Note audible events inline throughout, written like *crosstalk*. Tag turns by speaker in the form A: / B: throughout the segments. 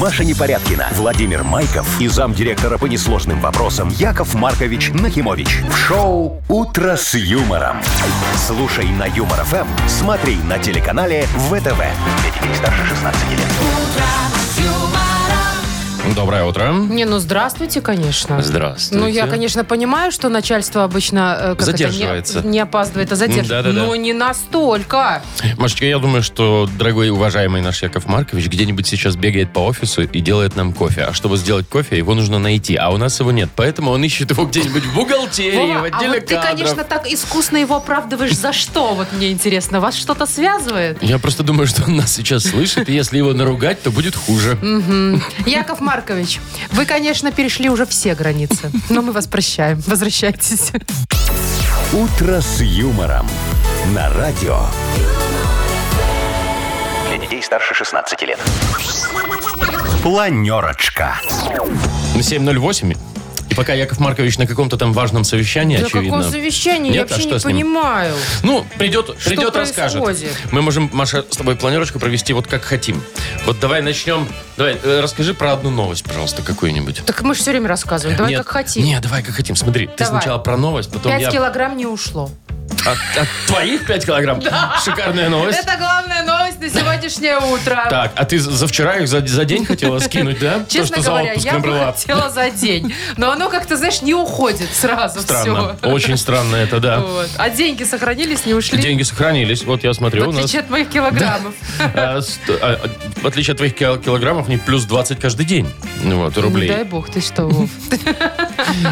A: Маша Непорядкина, Владимир Майков и замдиректора по несложным вопросам Яков Маркович Нахимович. В шоу «Утро с юмором». Слушай на Юмор ФМ, смотри на телеканале ВТВ. Для детей старше 16 лет.
B: Доброе утро.
C: Не, ну здравствуйте, конечно.
B: Здравствуйте.
C: Ну, я, конечно, понимаю, что начальство обычно э, как это, не-
B: Задерживается.
C: не, опаздывает, а задерживает.
B: Да-да-да.
C: Но не настолько.
B: Машечка, я думаю, что дорогой и уважаемый наш Яков Маркович где-нибудь сейчас бегает по офису и делает нам кофе. А чтобы сделать кофе, его нужно найти, а у нас его нет. Поэтому он ищет его где-нибудь в бухгалтерии,
C: Вова,
B: в
C: а
B: отделе
C: вот ты,
B: кадров.
C: конечно, так искусно его оправдываешь за что? Вот мне интересно, вас что-то связывает?
B: Я просто думаю, что он нас сейчас слышит, и если его наругать, то будет хуже.
C: Яков Маркович, вы, конечно, перешли уже все границы, но мы вас прощаем.
B: *laughs*
C: Возвращайтесь.
A: «Утро с юмором» на радио. Для детей старше 16 лет. Планерочка.
B: 7.08. И пока Яков Маркович на каком-то там важном совещании,
C: На
B: очевидно.
C: каком совещании? Я
B: Нет, а
C: вообще
B: что
C: не
B: с ним?
C: понимаю.
B: Ну, придет, придет, расскажет.
C: происходит?
B: Мы можем, Маша, с тобой планерочку провести вот как хотим. Вот давай начнем. Давай, э, расскажи про одну новость, пожалуйста, какую-нибудь.
C: Так мы же все время рассказываем. Давай
B: Нет,
C: как хотим.
B: Нет, давай как хотим. Смотри, ты
C: Давай.
B: сначала про новость, потом
C: Пять
B: я...
C: килограмм не ушло.
B: От, от твоих 5 килограмм? Шикарная новость.
C: Это главная новость на сегодняшнее утро.
B: Так, а ты за вчера их за, за день хотела скинуть, да? То,
C: Честно
B: что за
C: говоря,
B: отпуск
C: я бы
B: набрала.
C: хотела за день. Но оно как-то, знаешь, не уходит сразу
B: Странно.
C: все.
B: Очень странно это, да.
C: А деньги сохранились, не ушли?
B: Деньги сохранились. Вот я смотрю, у
C: в
B: нас...
C: отличие от моих килограммов.
B: а, ст- а, а, В отличие от твоих кил- килограммов, не плюс 20 каждый день. Ну Вот,
C: Ну, дай
B: рублей.
C: бог, ты
B: *laughs*
C: что, Вов.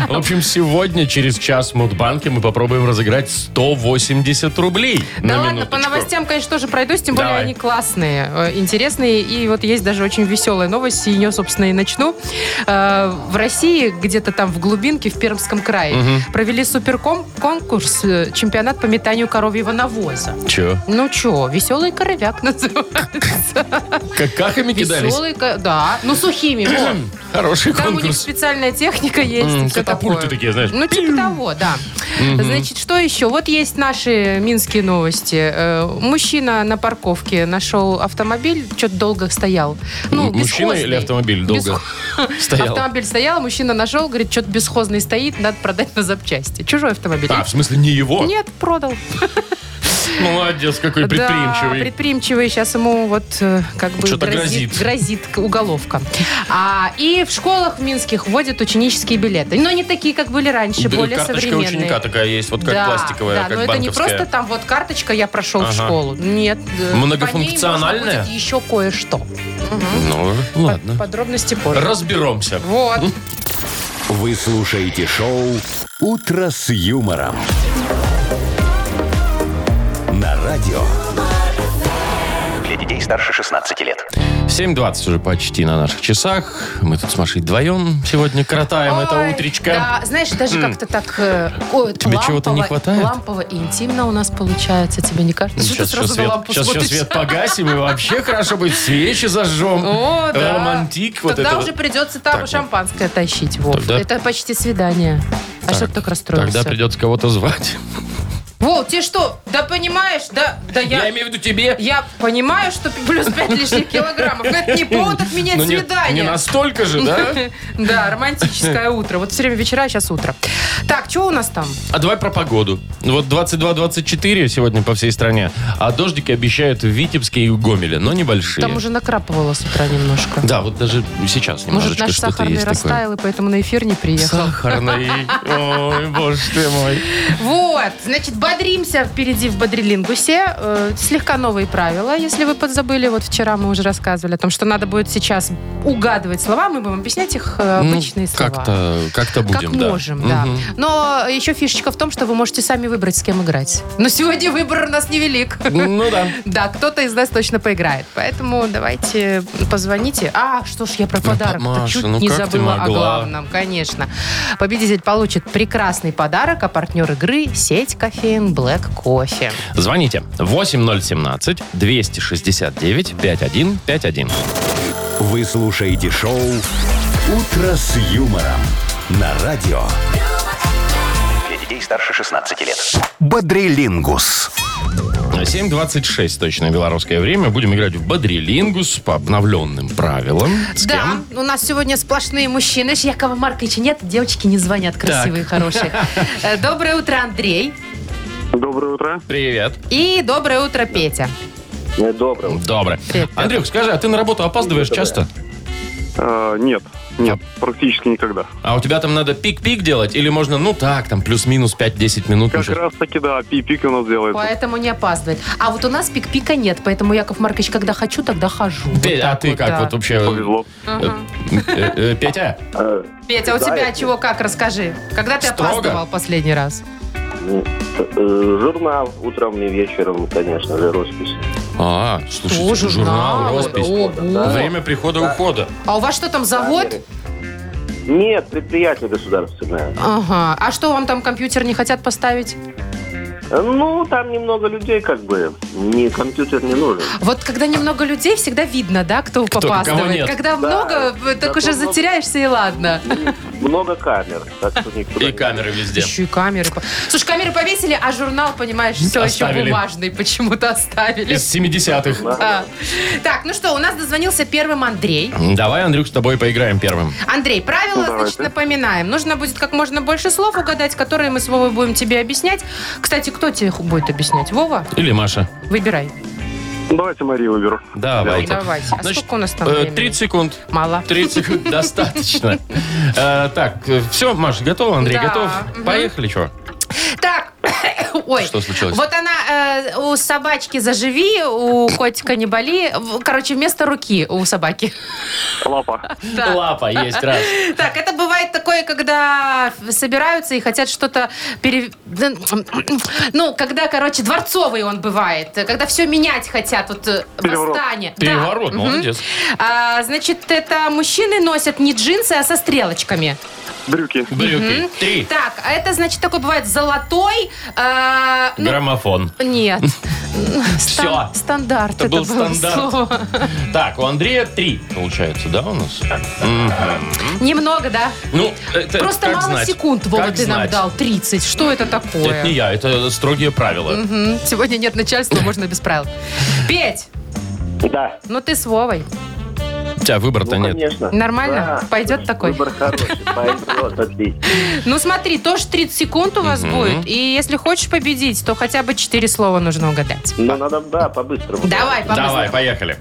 B: В общем, сегодня, через час в Мудбанке, мы попробуем разыграть 180 рублей. на
C: Да ладно,
B: минуточку.
C: по новостям, конечно, тоже пройдусь, тем более
B: Давай.
C: они классные, э, интересные. И вот есть даже очень веселая новость, с нее, собственно, и начну. Э, В России, где-то там в глубинке, в Пермском крае, провели суперконкурс, чемпионат по метанию коровьего навоза.
B: Че?
C: Ну чё, веселый коровяк *laughs* называется.
B: Какахами кидались?
C: Веселый, ко- да. Ну, сухими, вот.
B: Хороший
C: Там у них
B: конкурс.
C: специальная техника есть.
B: М,
C: и всё
B: катапульты
C: такое.
B: такие, знаешь.
C: Ну, типа того, да. Значит, что еще? Вот есть наши минские новости. Э, Мужчина на парковке нашел автомобиль, что-то долго стоял. Ну,
B: М- Мужчина
C: бесхозный.
B: или автомобиль долго стоял?
C: Автомобиль стоял, мужчина нашел, говорит, что-то бесхозный стоит, надо продать на запчасти. Чужой автомобиль.
B: А, в смысле, не его?
C: Нет, продал.
B: Молодец, какой
C: Да,
B: предприимчивый.
C: предприимчивый. Сейчас ему вот э, как бы
B: Что-то
C: грозит, грозит уголовка. А, и в школах минских вводят ученические билеты. Но не такие, как были раньше,
B: Да,
C: более
B: Карточка
C: современные.
B: ученика такая есть, вот как
C: Да,
B: пластиковая,
C: да,
B: как
C: но это не
B: банковская.
C: просто там вот карточка, я прошел
B: Ага.
C: в школу. Нет. э, по ней
B: Многофункциональная?
C: можно будет еще кое-что.
B: Ну,
C: Под-
B: ладно.
C: Подробности позже.
B: Разберемся.
C: Вот.
A: Вы слушаете шоу «Утро с юмором». На радио. Для детей старше 16 лет.
B: 7.20 уже почти на наших часах. Мы тут с Машей вдвоем сегодня кратаем это
C: Ой,
B: утречко.
C: Да, знаешь, даже как-то так... э, о,
B: Тебе чего-то не
C: лампово-
B: хватает?
C: Лампово и интимно у нас получается, тебе не кажется? Что ты
B: Ну, Сейчас еще
C: сразу на
B: свет,
C: лампу
B: сейчас еще
C: смотришь?
B: свет погасим, и вообще хорошо будет свечи зажжем.
C: О, да.
B: Романтик вот
C: Тогда
B: это
C: уже
B: вот.
C: придется там
B: вот.
C: шампанское тащить. Вов.
B: Тогда-
C: Это почти свидание. А что ты так расстроился?
B: Тогда придется кого-то звать.
C: Вов, тебе что? Да понимаешь, да, да я...
B: Я имею в виду тебе.
C: я понимаю, что плюс
B: *laughs*
C: 5 лишних килограммов. Но это не повод отменять
B: Ну, не-
C: свидание.
B: Не настолько же, да?
C: *laughs* Да,
B: *laughs*
C: романтическое утро. Вот все время вечера, а сейчас утро. Так, что у нас там?
B: А давай про погоду. Вот 22-24 сегодня по всей стране, а дождики обещают в Витебске и в Гомеле, но небольшие.
C: Там уже накрапывало с утра немножко.
B: Да, вот даже сейчас
C: Может,
B: немножечко
C: наш
B: что-то
C: сахарный
B: есть такое.
C: растаял, и поэтому на эфир не приехал.
B: Сахарный. Ой, боже ты мой.
C: Вот, значит, бодримся впереди в Бодрилингусе. Э, слегка новые правила, если вы подзабыли. Вот вчера мы уже рассказывали о том, что надо будет сейчас угадывать слова, мы будем объяснять их э,
B: Ну,
C: обычные слова.
B: Как-то, как-то будем,
C: Как
B: да.
C: можем, да.
B: Мгм.
C: Но еще фишечка в том, что вы можете сами выбрать, с кем играть. Но сегодня выбор у нас невелик.
B: Ну да.
C: Да, кто-то из нас точно поиграет. Поэтому давайте позвоните. А, что ж, я про подарок
B: Маша,
C: чуть
B: ну
C: не
B: как ты
C: забыла о
B: могла?
C: главном, конечно. Победитель получит прекрасный подарок, а партнер игры – сеть кофеин Black Кофе.
B: Звоните 8017-269-5151.
A: Вы слушаете шоу «Утро с юмором» на радио. Для детей старше 16 лет. Бодрилингус.
B: 7.26 точно белорусское время. Будем играть в Бодрилингус по обновленным правилам. С
C: Да,
B: кем?
C: у нас сегодня сплошные мужчины. Знаешь, Якова Марковича нет, девочки не звонят,
B: *laughs*
C: красивые, хорошие. Э, Доброе утро, Андрей.
D: Доброе утро.
B: Привет.
C: И доброе утро, Петя.
D: Доброе
B: Доброе.
C: Привет.
B: Андрюх, скажи, а ты на работу опаздываешь часто?
D: А, нет, нет, практически никогда.
B: А у тебя там надо пик-пик делать? Или можно, ну так, там плюс-минус 5-10 минут?
D: Как
B: уже?
D: раз таки, да, пи-пик у нас делается.
C: Поэтому не опаздывает. А вот у нас пик-пика нет, поэтому, Яков Маркович, когда хочу, тогда хожу. Вот
B: Петя, а
C: так
B: ты как
C: да.
B: вот вообще?
D: Повезло.
B: Э, э, э, Петя?
C: Петя, а у тебя чего как, расскажи. Когда ты
B: Строго?
C: опаздывал последний раз?
E: Э, Журнал утром и вечером, конечно же, роспись.
B: А, слушайте,
C: О,
B: журнал, роспись.
C: Ого.
B: Время прихода и ухода.
C: А у вас что там, завод?
E: Нет, предприятие государственное.
C: Ага. А что, вам там компьютер не хотят поставить?
E: Ну, там немного людей, как бы. Ни компьютер не нужен.
C: Вот когда немного людей, всегда видно, да, кто,
B: Кто, кого нет.
C: попаздывает. Когда много, э, так
E: зато
C: уже
E: много.
C: затеряешься и ладно.
E: Много камер. Так что никуда
B: И
E: не-
B: камеры везде.
C: Еще и камеры. по- Слушай, камеры повесили, а журнал, понимаешь, все
B: Оставили.
C: еще бумажный почему-то оставили.
B: Из 70-х.
C: А. Так, ну что, у нас дозвонился первым Андрей.
B: Давай, Андрюх, с тобой поиграем первым.
C: Андрей, правила,
D: Ну, давайте.
C: значит, напоминаем. Нужно будет как можно больше слов угадать, которые мы с Вовой будем тебе объяснять. Кстати, кто тебе их будет объяснять? Вова,
B: Или Маша.
C: выбирай.
D: Давайте Марию выберу.
B: Давайте.
C: Давайте. А
B: Значит,
C: сколько у нас там
B: э,
C: времени?
B: 30 секунд.
C: Мало.
B: 30
C: *laughs*
B: секунд достаточно. Э, Так, все, Маша, готова? Андрей,
C: Да.
B: готов?
C: Мгм.
B: Поехали, что?
C: Так, *coughs* ой.
B: Что случилось?
C: Вот она э, у собачки заживи, у котика не боли. В- Короче, вместо руки у собаки. *laughs*
D: Лапа.
C: Да.
B: Лапа есть,
C: *laughs*
B: раз.
C: Так, это бывает такое, когда собираются и хотят что-то пере... Ну, когда, короче, дворцовый он бывает. Когда все менять хотят. Вот э,
D: Переворот.
C: восстание. Да.
B: Переворот,
C: Мгм.
B: молодец.
C: А, значит, это мужчины носят не джинсы, а со стрелочками.
D: Брюки.
B: Брюки.
C: Мгм.
B: Три.
C: Так, а это, значит, такой бывает золотой... э, ну,
B: Граммофон. *laughs*
C: Нет.
B: Всё.
C: Стан- Стандарт.
B: Это
C: Это,
B: был
C: было
B: стандарт.
C: слово.
B: Так, у Андрея три, получается, да, у нас? Мгм.
C: Немного, да?
B: Ну, это
C: Просто
B: как
C: мало
B: знать.
C: секунд, Вова,
B: Как
C: ты нам
B: знать?
C: дал. 30. Что это такое?
B: Это не я, это строгие правила.
C: Мгм. Сегодня нет начальства, можно без правил. Петь,
E: Да,
C: ну ты с Вовой.
B: У тебя выбора-то
E: ну,
B: нет.
E: конечно.
C: Нормально? Пойдет такой?
E: Выбор хороший, пойдет, отлично.
C: Ну смотри, тоже 30 секунд у вас
B: Мгм.
C: будет. И если хочешь победить, то хотя бы 4 слова нужно угадать.
E: Ну, надо, да, по-быстрому.
B: Давай,
C: Давай, по-быстрому.
B: поехали.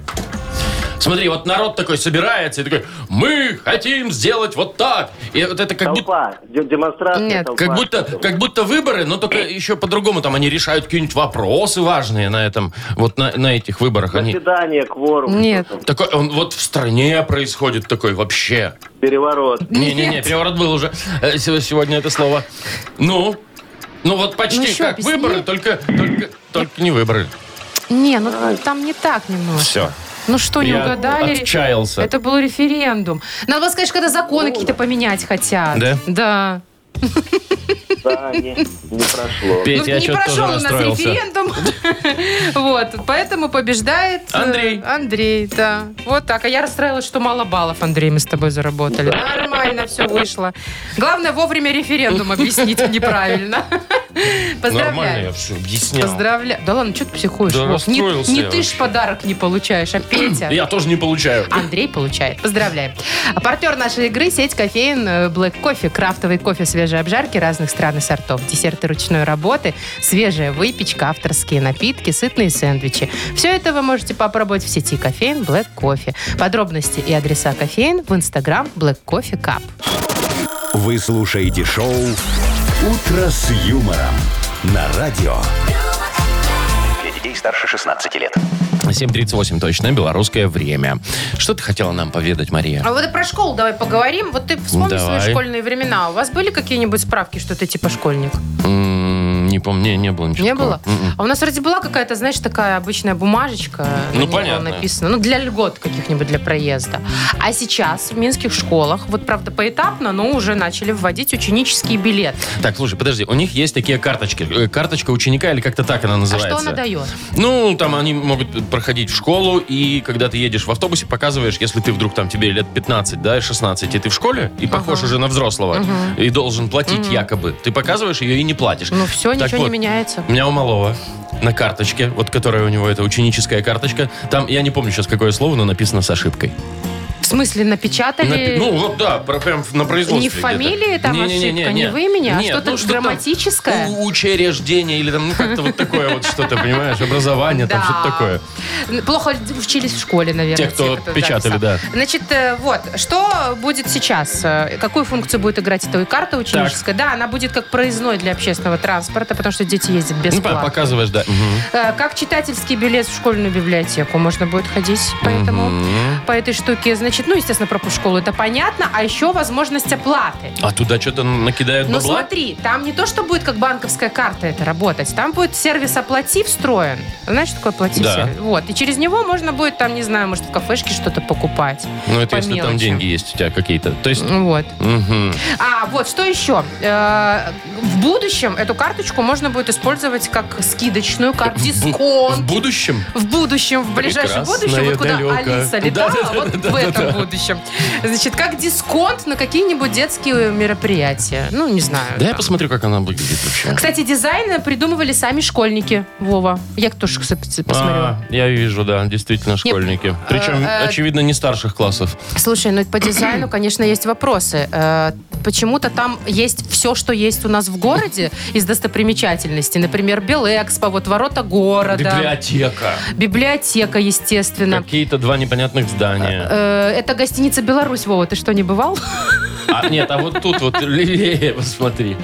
B: Смотри, вот народ такой собирается и такой, мы хотим сделать вот так. И вот это как будто...
E: Толпа, де- демонстрация,
C: Нет,
E: толпа.
B: Как будто, как будто выборы, но только еще по-другому. Там они решают какие-нибудь вопросы важные на этом, вот на, на этих выборах. Они,
E: Заседание, кворум.
C: Нет.
E: что там,
B: такой, он вот в стране происходит такой вообще.
E: Переворот.
B: Не-не-не,
C: Нет.
B: переворот был уже. Э, сего- Сегодня это слово. Ну, ну вот почти
C: Ну еще
B: как
C: объясни.
B: выборы, только, только, только не выборы.
C: Не, ну там не так немножко.
B: Все.
C: Ну что, не
B: Я
C: угадали?
B: отчаялся.
C: Это был референдум. Надо было сказать, когда законы какие-то поменять хотят.
B: Да?
C: Да.
E: Да, не, не прошло.
B: Петь,
C: Ну,
B: я
C: не
B: что-то тоже
C: прошел у нас
B: расстроился.
C: референдум. *laughs* Вот, поэтому побеждает... э,
B: Андрей.
C: Андрей, да. Вот так. А я расстроилась, что мало баллов, Андрей, мы с тобой заработали. Нормально все вышло. Главное, вовремя референдум объяснить *laughs* неправильно.
B: Нормально, я
C: Поздравляю.
B: все объяснял.
C: Поздравляю. Да ладно, что ты психуешь?
B: Да
C: Вов? Не-
B: расстроился
C: Не
B: я
C: ты ж подарок не получаешь, а Петя.
B: Я тоже не получаю.
C: Андрей получает. Поздравляем. А партнер нашей игры – сеть кофеин э, Black Coffee. Крафтовый кофе свежей обжарки разных стран и сортов. Десерты ручной работы, свежая выпечка, авторские напитки, сытные сэндвичи. Все это вы можете попробовать в сети кофеин Black Coffee. Подробности и адреса кофеин в инстаграм Black Coffee Cup.
A: Вы слушаете шоу «Утро с юмором» на радио. Для детей старше 16 лет.
C: А
B: 7.38 точно, белорусское время. Что ты хотела нам поведать, Мария?
C: А вот и про школу давай поговорим. Вот ты вспомни
B: Давай.
C: свои школьные времена. У вас были какие-нибудь справки, что ты типа школьник?
B: М, Не помню, не, не было ничего
C: Не
B: такого.
C: было?
B: М-м.
C: А у нас вроде была какая-то, знаешь, такая обычная бумажечка.
B: Ну,
C: на ней было
B: понятно.
C: написано. Ну, для льгот каких-нибудь, для проезда. А сейчас в минских школах, вот, правда, поэтапно, но уже начали вводить ученический билет.
B: Так, слушай, подожди, у них есть такие карточки. Э, Карточка ученика или как-то так она
C: А
B: называется?
C: что она дает?
B: Ну, там они могут проходить в школу, и когда ты едешь в автобусе, показываешь, если ты вдруг там тебе лет 15, да, 16, и ты в школе, и похож уже на взрослого, и должен платить якобы. Ты показываешь ее и не платишь.
C: Ну, все,
B: так
C: ничего
B: вот.
C: не меняется.
B: У меня у малого на карточке, вот которая у него, это ученическая карточка, там, я не помню сейчас какое слово, но написано с ошибкой.
C: В смысле, напечатали?
B: Напи- Ну, вот да, про- прям на производстве
C: Не в фамилии там а ошибка, не в имени, а что-то грамматическое?
B: грамматическое. ну, Учреждение или там, ну, как-то вот такое вот что-то, понимаешь, образование, там
C: *laughs* Да.
B: что-то такое. Ну,
C: Плохо учились в школе, наверное.
B: Те, кто
C: которые,
B: печатали, да.
C: писал. Значит, э, вот, что будет сейчас? Э, Какую функцию будет играть эта карта ученическая? Да, она будет как проездной для общественного транспорта, потому что дети ездят
B: Ну, по-
C: бесплатно.
B: показываешь, да. Мгм.
C: Э, Как читательский билет в школьную библиотеку можно будет ходить по этому,
B: Мгм.
C: по этой штуке. Значит, ну, естественно, пропуск в школу, это понятно. А еще возможность оплаты.
B: А туда что-то накидают
C: Но
B: бабла?
C: смотри, там не то, что будет как банковская карта это работать, там будет сервис оплати встроен. Знаешь, что такое оплати
B: Да.
C: сервис? Вот. И через него можно будет там, не знаю, может, в кафешке что-то покупать.
B: Ну, это
C: по
B: если там
C: мелочи.
B: деньги есть у тебя какие-то. То есть,
C: Вот.
B: мгм.
C: А, вот, что еще? Э, В будущем эту карточку можно будет использовать как скидочную карту,
B: В бу- В
C: дисконт.
B: будущем?
C: В будущем, в ближайшем
B: Прекрасное
C: будущем, вот куда
B: далеко.
C: Алиса летала,
B: Да, да, да,
C: вот
B: да,
C: в
B: да,
C: этом
B: да.
C: будущем. Значит, как дисконт на какие-нибудь детские мероприятия. Ну, не знаю.
B: Да я
C: там.
B: посмотрю, как она выглядит вообще.
C: Кстати, дизайн придумывали сами школьники, Вова. Я тоже, кстати, посмотрела.
B: А, я вижу, да, действительно, школьники. Причем,
C: э,
B: очевидно, не старших классов.
C: Слушай, ну по дизайну, конечно, есть вопросы. Э, Почему-то там есть все, что есть у нас в городе из достопримечательностей. Например, Белэкспо, вот ворота города.
B: Библиотека.
C: Библиотека, естественно.
B: Какие-то два непонятных здания.
C: Э, Это гостиница «Беларусь», Вова, ты что, не бывал?
B: А, нет, а вот тут вот левее, посмотри.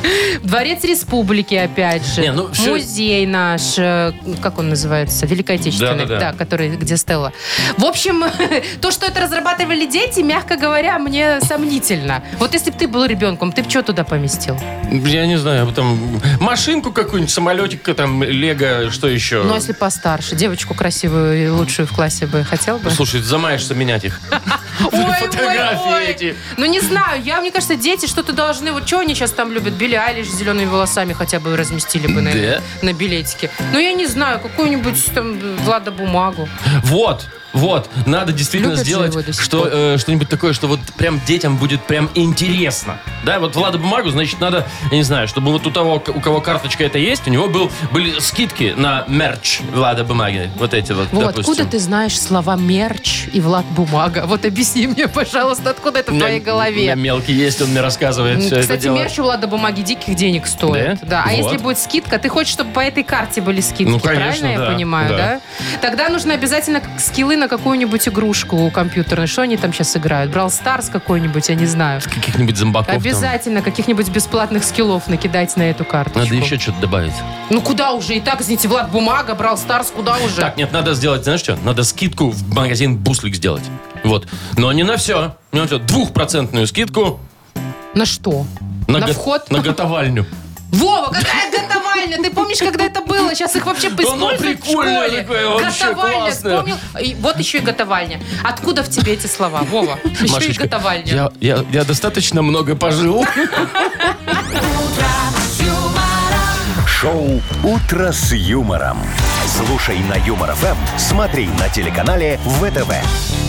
C: Дворец республики, опять же.
B: Не, ну, всё-
C: Музей наш, э, как он называется, Великой Отечественной,
B: Да-да-да.
C: который, где Стелла. В общем, *laughs* то, что это разрабатывали дети, мягко говоря, мне сомнительно. Вот если бы ты был ребенком, ты бы что туда поместил?
B: Я не знаю, там машинку какую-нибудь, самолетик, там, лего, что еще?
C: Ну, если постарше, девочку красивую и лучшую в классе бы хотел бы?
B: Слушай, замаешься менять их.
C: Ой, *laughs* ой,
B: Фотографии
C: ой.
B: эти.
C: Ну, не знаю, я, мне кажется, дети что-то должны, вот что они сейчас там любят, Билли Айлиш с зелеными волосами хотя бы разместили бы на,
B: Да?
C: на билетике. Ну, я не знаю, какую-нибудь там э, Влада Бумагу.
B: Вот, вот, надо действительно
C: Любят же его до
B: сделать
C: сих
B: что,
C: пор.
B: э, что-нибудь такое, что вот прям детям будет прям интересно. Да, вот Влада Бумагу, значит, надо, я не знаю, чтобы вот у того, у кого карточка это есть, у него был, были скидки на мерч Влада Бумаги. Вот эти вот,
C: Вот,
B: допустим.
C: Ну, откуда ты знаешь слова «мерч» и «Влад Бумага»? Вот объясни мне, пожалуйста, откуда это
B: У
C: в
B: меня-
C: твоей
B: У меня
C: голове?
B: мелкий есть, он мне рассказывает все это
C: Кстати,
B: дело.
C: мерч у Влада Бумаги диких денег стоит.
B: Да?
C: Да? А если
B: Вот.
C: будет скидка, ты хочешь, чтобы по этой карте были скидки,
B: Ну, конечно,
C: правильно
B: да,
C: я понимаю,
B: да.
C: да. Тогда нужно обязательно к- скиллы на какую-нибудь игрушку компьютерную. Что они там сейчас играют? Брал Старс какой-нибудь, я не знаю.
B: Каких-нибудь зомбаков там.
C: Обязательно каких-нибудь бесплатных скиллов накидать на эту карточку.
B: Надо еще что-то добавить.
C: Ну куда уже? И так, извините, Влад Бумага, Брал Старс, куда уже?
B: Так, нет, надо сделать, знаешь что? Надо скидку в магазин Буслик сделать. Вот. Но не на все. Не на все. Двухпроцентную скидку
C: На что?
B: на,
C: На
B: го-
C: вход?
B: на готовальню.
C: Вова, какая готовальня? Ты помнишь, когда это было? Сейчас их вообще используют в
B: прикольное
C: школе.
B: такое, ну, вообще
C: Готовальня,
B: классное.
C: вспомнил. И вот еще и готовальня. Откуда в тебе эти слова, Вова? Еще и
B: Машечка,
C: готовальня.
B: я, я, я достаточно много пожил.
A: Шоу «Утро с юмором». Слушай на Юмор ФМ, смотри на телеканале ВТВ.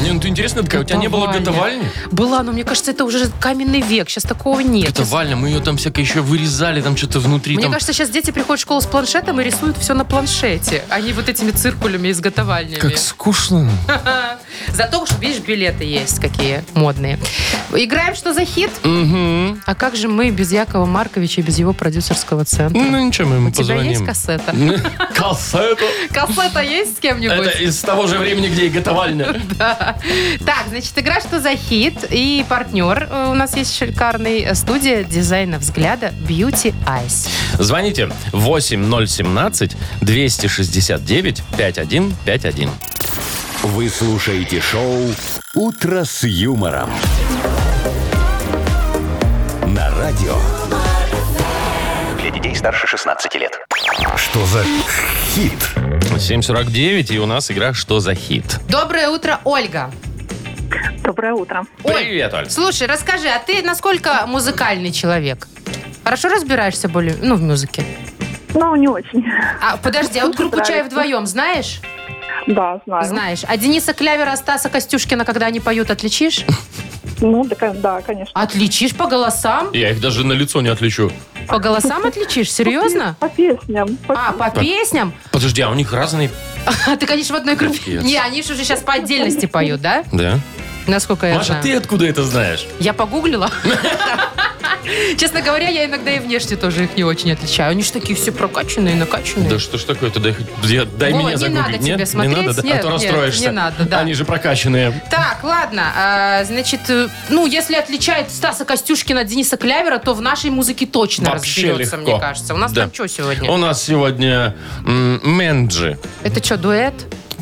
B: Не, ну ты интересно, такая, у тебя не было готовальни?
C: Была, но мне кажется, это уже каменный век. Сейчас такого нет.
B: Готовальня, мы ее там всякое еще вырезали, там что-то внутри.
C: Мне
B: там.
C: кажется, сейчас дети приходят в школу с планшетом и рисуют все на планшете. Они вот этими циркулями и с готовальнями.
B: Как скучно.
C: Зато, что, видишь, билеты есть какие модные. Играем «Что за хит?»
B: Угу.
C: А как же мы без Якова Марковича и без его продюсерского центра?
B: Ну ничего, мы ему
C: У тебя
B: позвоним.
C: есть кассета? *laughs*
B: *laughs* Кассета.
C: Кассета есть с кем-нибудь?
B: Это из того же времени, где и готовальня.
C: Так, значит, игра «Что за хит?» и партнер э, у нас есть шикарный э, студия дизайна взгляда Beauty Eyes.
B: Звоните 8017 269 5151.
A: Вы слушаете шоу «Утро с юмором». На радио.
F: Для детей старше 16 лет.
A: Что за хит?
B: 749, и у нас игра «Что за хит?».
C: Доброе утро, Ольга.
G: Доброе утро.
C: Оль,
B: Привет, Оль.
C: Слушай, расскажи, а ты насколько музыкальный человек? Хорошо разбираешься более, ну, в музыке.
G: Ну, не очень.
C: А, подожди, а вот группу «Чай вдвоем» знаешь?
G: Да, знаю.
C: Знаешь. А Дениса Клявера, Стаса Костюшкина, когда они поют, отличишь?
G: Ну, да, кон- да, конечно.
C: Отличишь по голосам?
B: Я их даже на лицо не отличу.
C: По голосам отличишь? Серьезно?
G: По песням. По-
C: А, по песням?
B: Подожди, а у них разные...
C: А ты, конечно, в одной группе.
B: Капец.
C: Не, они же уже сейчас по отдельности поют, да?
B: Да.
C: Насколько я
B: Маша,
C: знаю.
B: ты откуда это знаешь?
C: Я погуглила. *laughs* Честно говоря, я иногда и внешне тоже их не очень отличаю. Они же такие все прокачанные, накачанные.
B: Да что ж такое-то, дай, хоть- я- дай
C: Во,
B: меня
C: не
B: загуглить.
C: надо
B: нет,
C: тебе смотреть,
B: не надо, да? а
C: нет,
B: то
C: нет,
B: расстроишься.
C: не надо, да.
B: Они же прокачанные.
C: Так, ладно. а, значит, э, ну, если отличает Стаса Костюшкина от Дениса Клявера, то в нашей музыке точно
B: Вообще
C: разберется,
B: легко.
C: мне кажется. У нас
B: Да.
C: там что сегодня?
B: У нас сегодня м, менджи.
C: Это что, дуэт?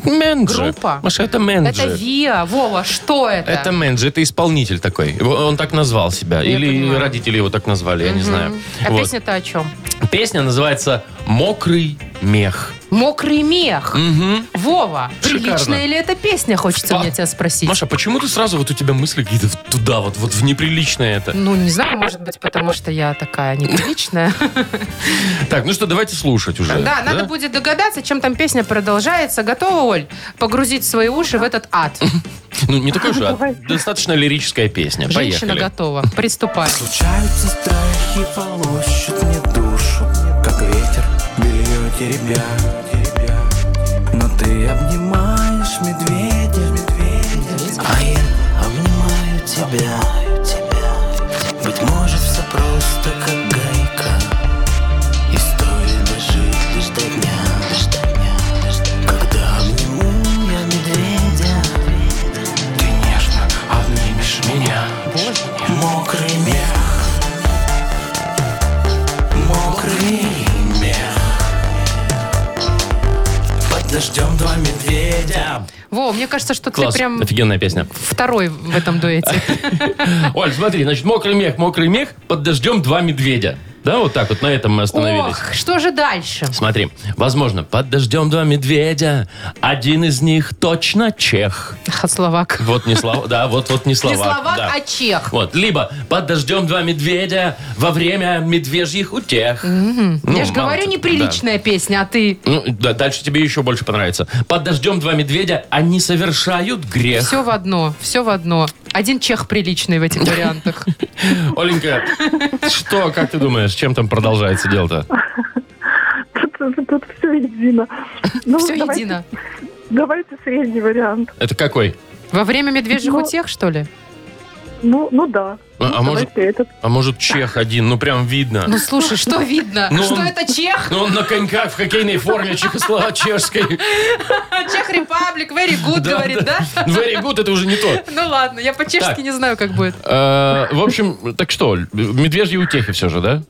B: Менджи.
C: Группа?
B: Маша, это менджи.
C: Это Виа. Вова, что это?
B: Это менеджер, это исполнитель такой. Его- Он так назвал себя.
C: Я
B: Или
C: понимаю.
B: родители его так назвали, я не знаю.
C: А
B: Вот.
C: песня-то о чем?
B: Песня называется «Мокрый мех».
C: Мокрый мех.
B: Мгм.
C: Вова,
B: Шикарно.
C: приличная ли эта песня, хочется
B: Впа-
C: мне тебя спросить.
B: Маша, почему ты сразу вот у тебя мысли какие-то в- туда, вот, вот в неприличное это?
C: Ну, не знаю, может быть, потому что я
B: *laughs*
C: такая неприличная.
B: Так, ну что, давайте слушать уже.
C: Да, надо будет догадаться, чем там песня продолжается. Готова, Оль, погрузить свои уши в этот ад?
B: Ну, не такой же, а
G: Давай.
B: достаточно лирическая песня.
C: Женщина
B: Поехали.
C: готова. Приступаем.
H: Случаются страхи, полощут мне душу Как ветер, белье теребя Но ты обнимаешь медведя, А я обнимаю тебя Быть может все просто как гайка И стоит дожить лишь до дня Когда обниму я медведя Ты нежно обнимешь меня Мокрый мех Мокрый мех Под дождем два медведя
C: Во, мне кажется, что ты
B: Класс,
C: прям
B: офигенная песня.
C: второй в этом дуэте.
B: Оль, смотри, значит, мокрый мех, мокрый мех, под дождем два медведя. Да, вот так вот, на этом мы *laughs* остановились.
C: Ох, что же дальше?
B: Смотри, возможно, под дождем два медведя, один из них точно чех.
C: Ха, Словак.
B: Вот не слова, да, вот вот не слова.
C: Не словак,
B: да.
C: а чех.
B: Вот, либо под дождем два медведя во время медвежьих утех. Ну,
C: Я же
B: мало
C: говорю,
B: ли,
C: неприличная песня, а ты...
B: да. Ну, да, дальше тебе еще больше понравится. Под дождем два медведя, они совершают грех.
C: Все в одно, все в одно. Один чех приличный
B: *laughs*
C: в
B: Ну,
C: этих вариантах.
B: Оленька, что, как ты думаешь, чем там продолжается дело-то?
G: *laughs* Тут,
C: *laughs*
G: все едино. Ну,
C: Все
G: давайте-
C: едино.
G: Давайте средний вариант.
B: Это какой?
C: Во время медвежьих
G: Ну,
C: утех, что ли?
G: Ну, ну да.
B: А- а
G: Ну,
B: может-
G: давайте этот.
B: А может, чех один, ну прям видно.
C: Ну,
B: *laughs*
C: слушай, что видно?
B: Ну,
C: Что
B: он-
C: это чех?
B: Ну, он на коньках в хоккейной форме чехословаческой.
C: Чех Репаблик, very good,
B: Да,
C: говорит, да?
B: Very good, это уже не то.
C: Ну ладно, я по-чешски
B: Так.
C: не знаю, как будет.
B: Э, В общем, так что, Оль, медвежьи утехи все же, да?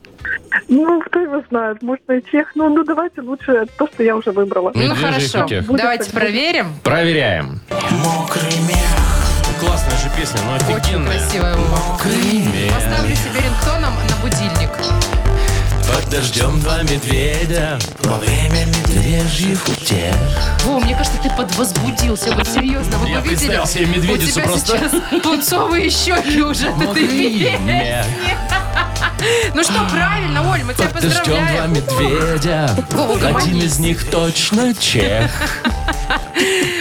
G: Ну, кто его знает, может, и чех. Ну, ну давайте лучше то, что я уже выбрала.
C: Ну
B: Медвежьих
C: хорошо,
B: утех.
C: давайте проверим.
B: Проверяем.
H: Мокрый мех
B: Классная же песня, ну
C: Очень
B: офигенная.
C: красивая его.
B: Э.
C: Поставлю себе рингтоном на будильник.
B: Под дождем два медведя.
H: Во время медвежьих утех
C: Во, мне кажется, ты подвозбудился. Вот серьезно, вы
B: Я
C: бы видели?
B: представил себе медведицу
C: У тебя
B: просто.
C: сейчас пунцовые щеки уже от этой песни. Ну что, правильно, Оль, мы тебя
B: Под дождем два
C: поздравляем.
B: медведя.
C: Вова,
B: Один
C: угомонись.
B: из них точно чех.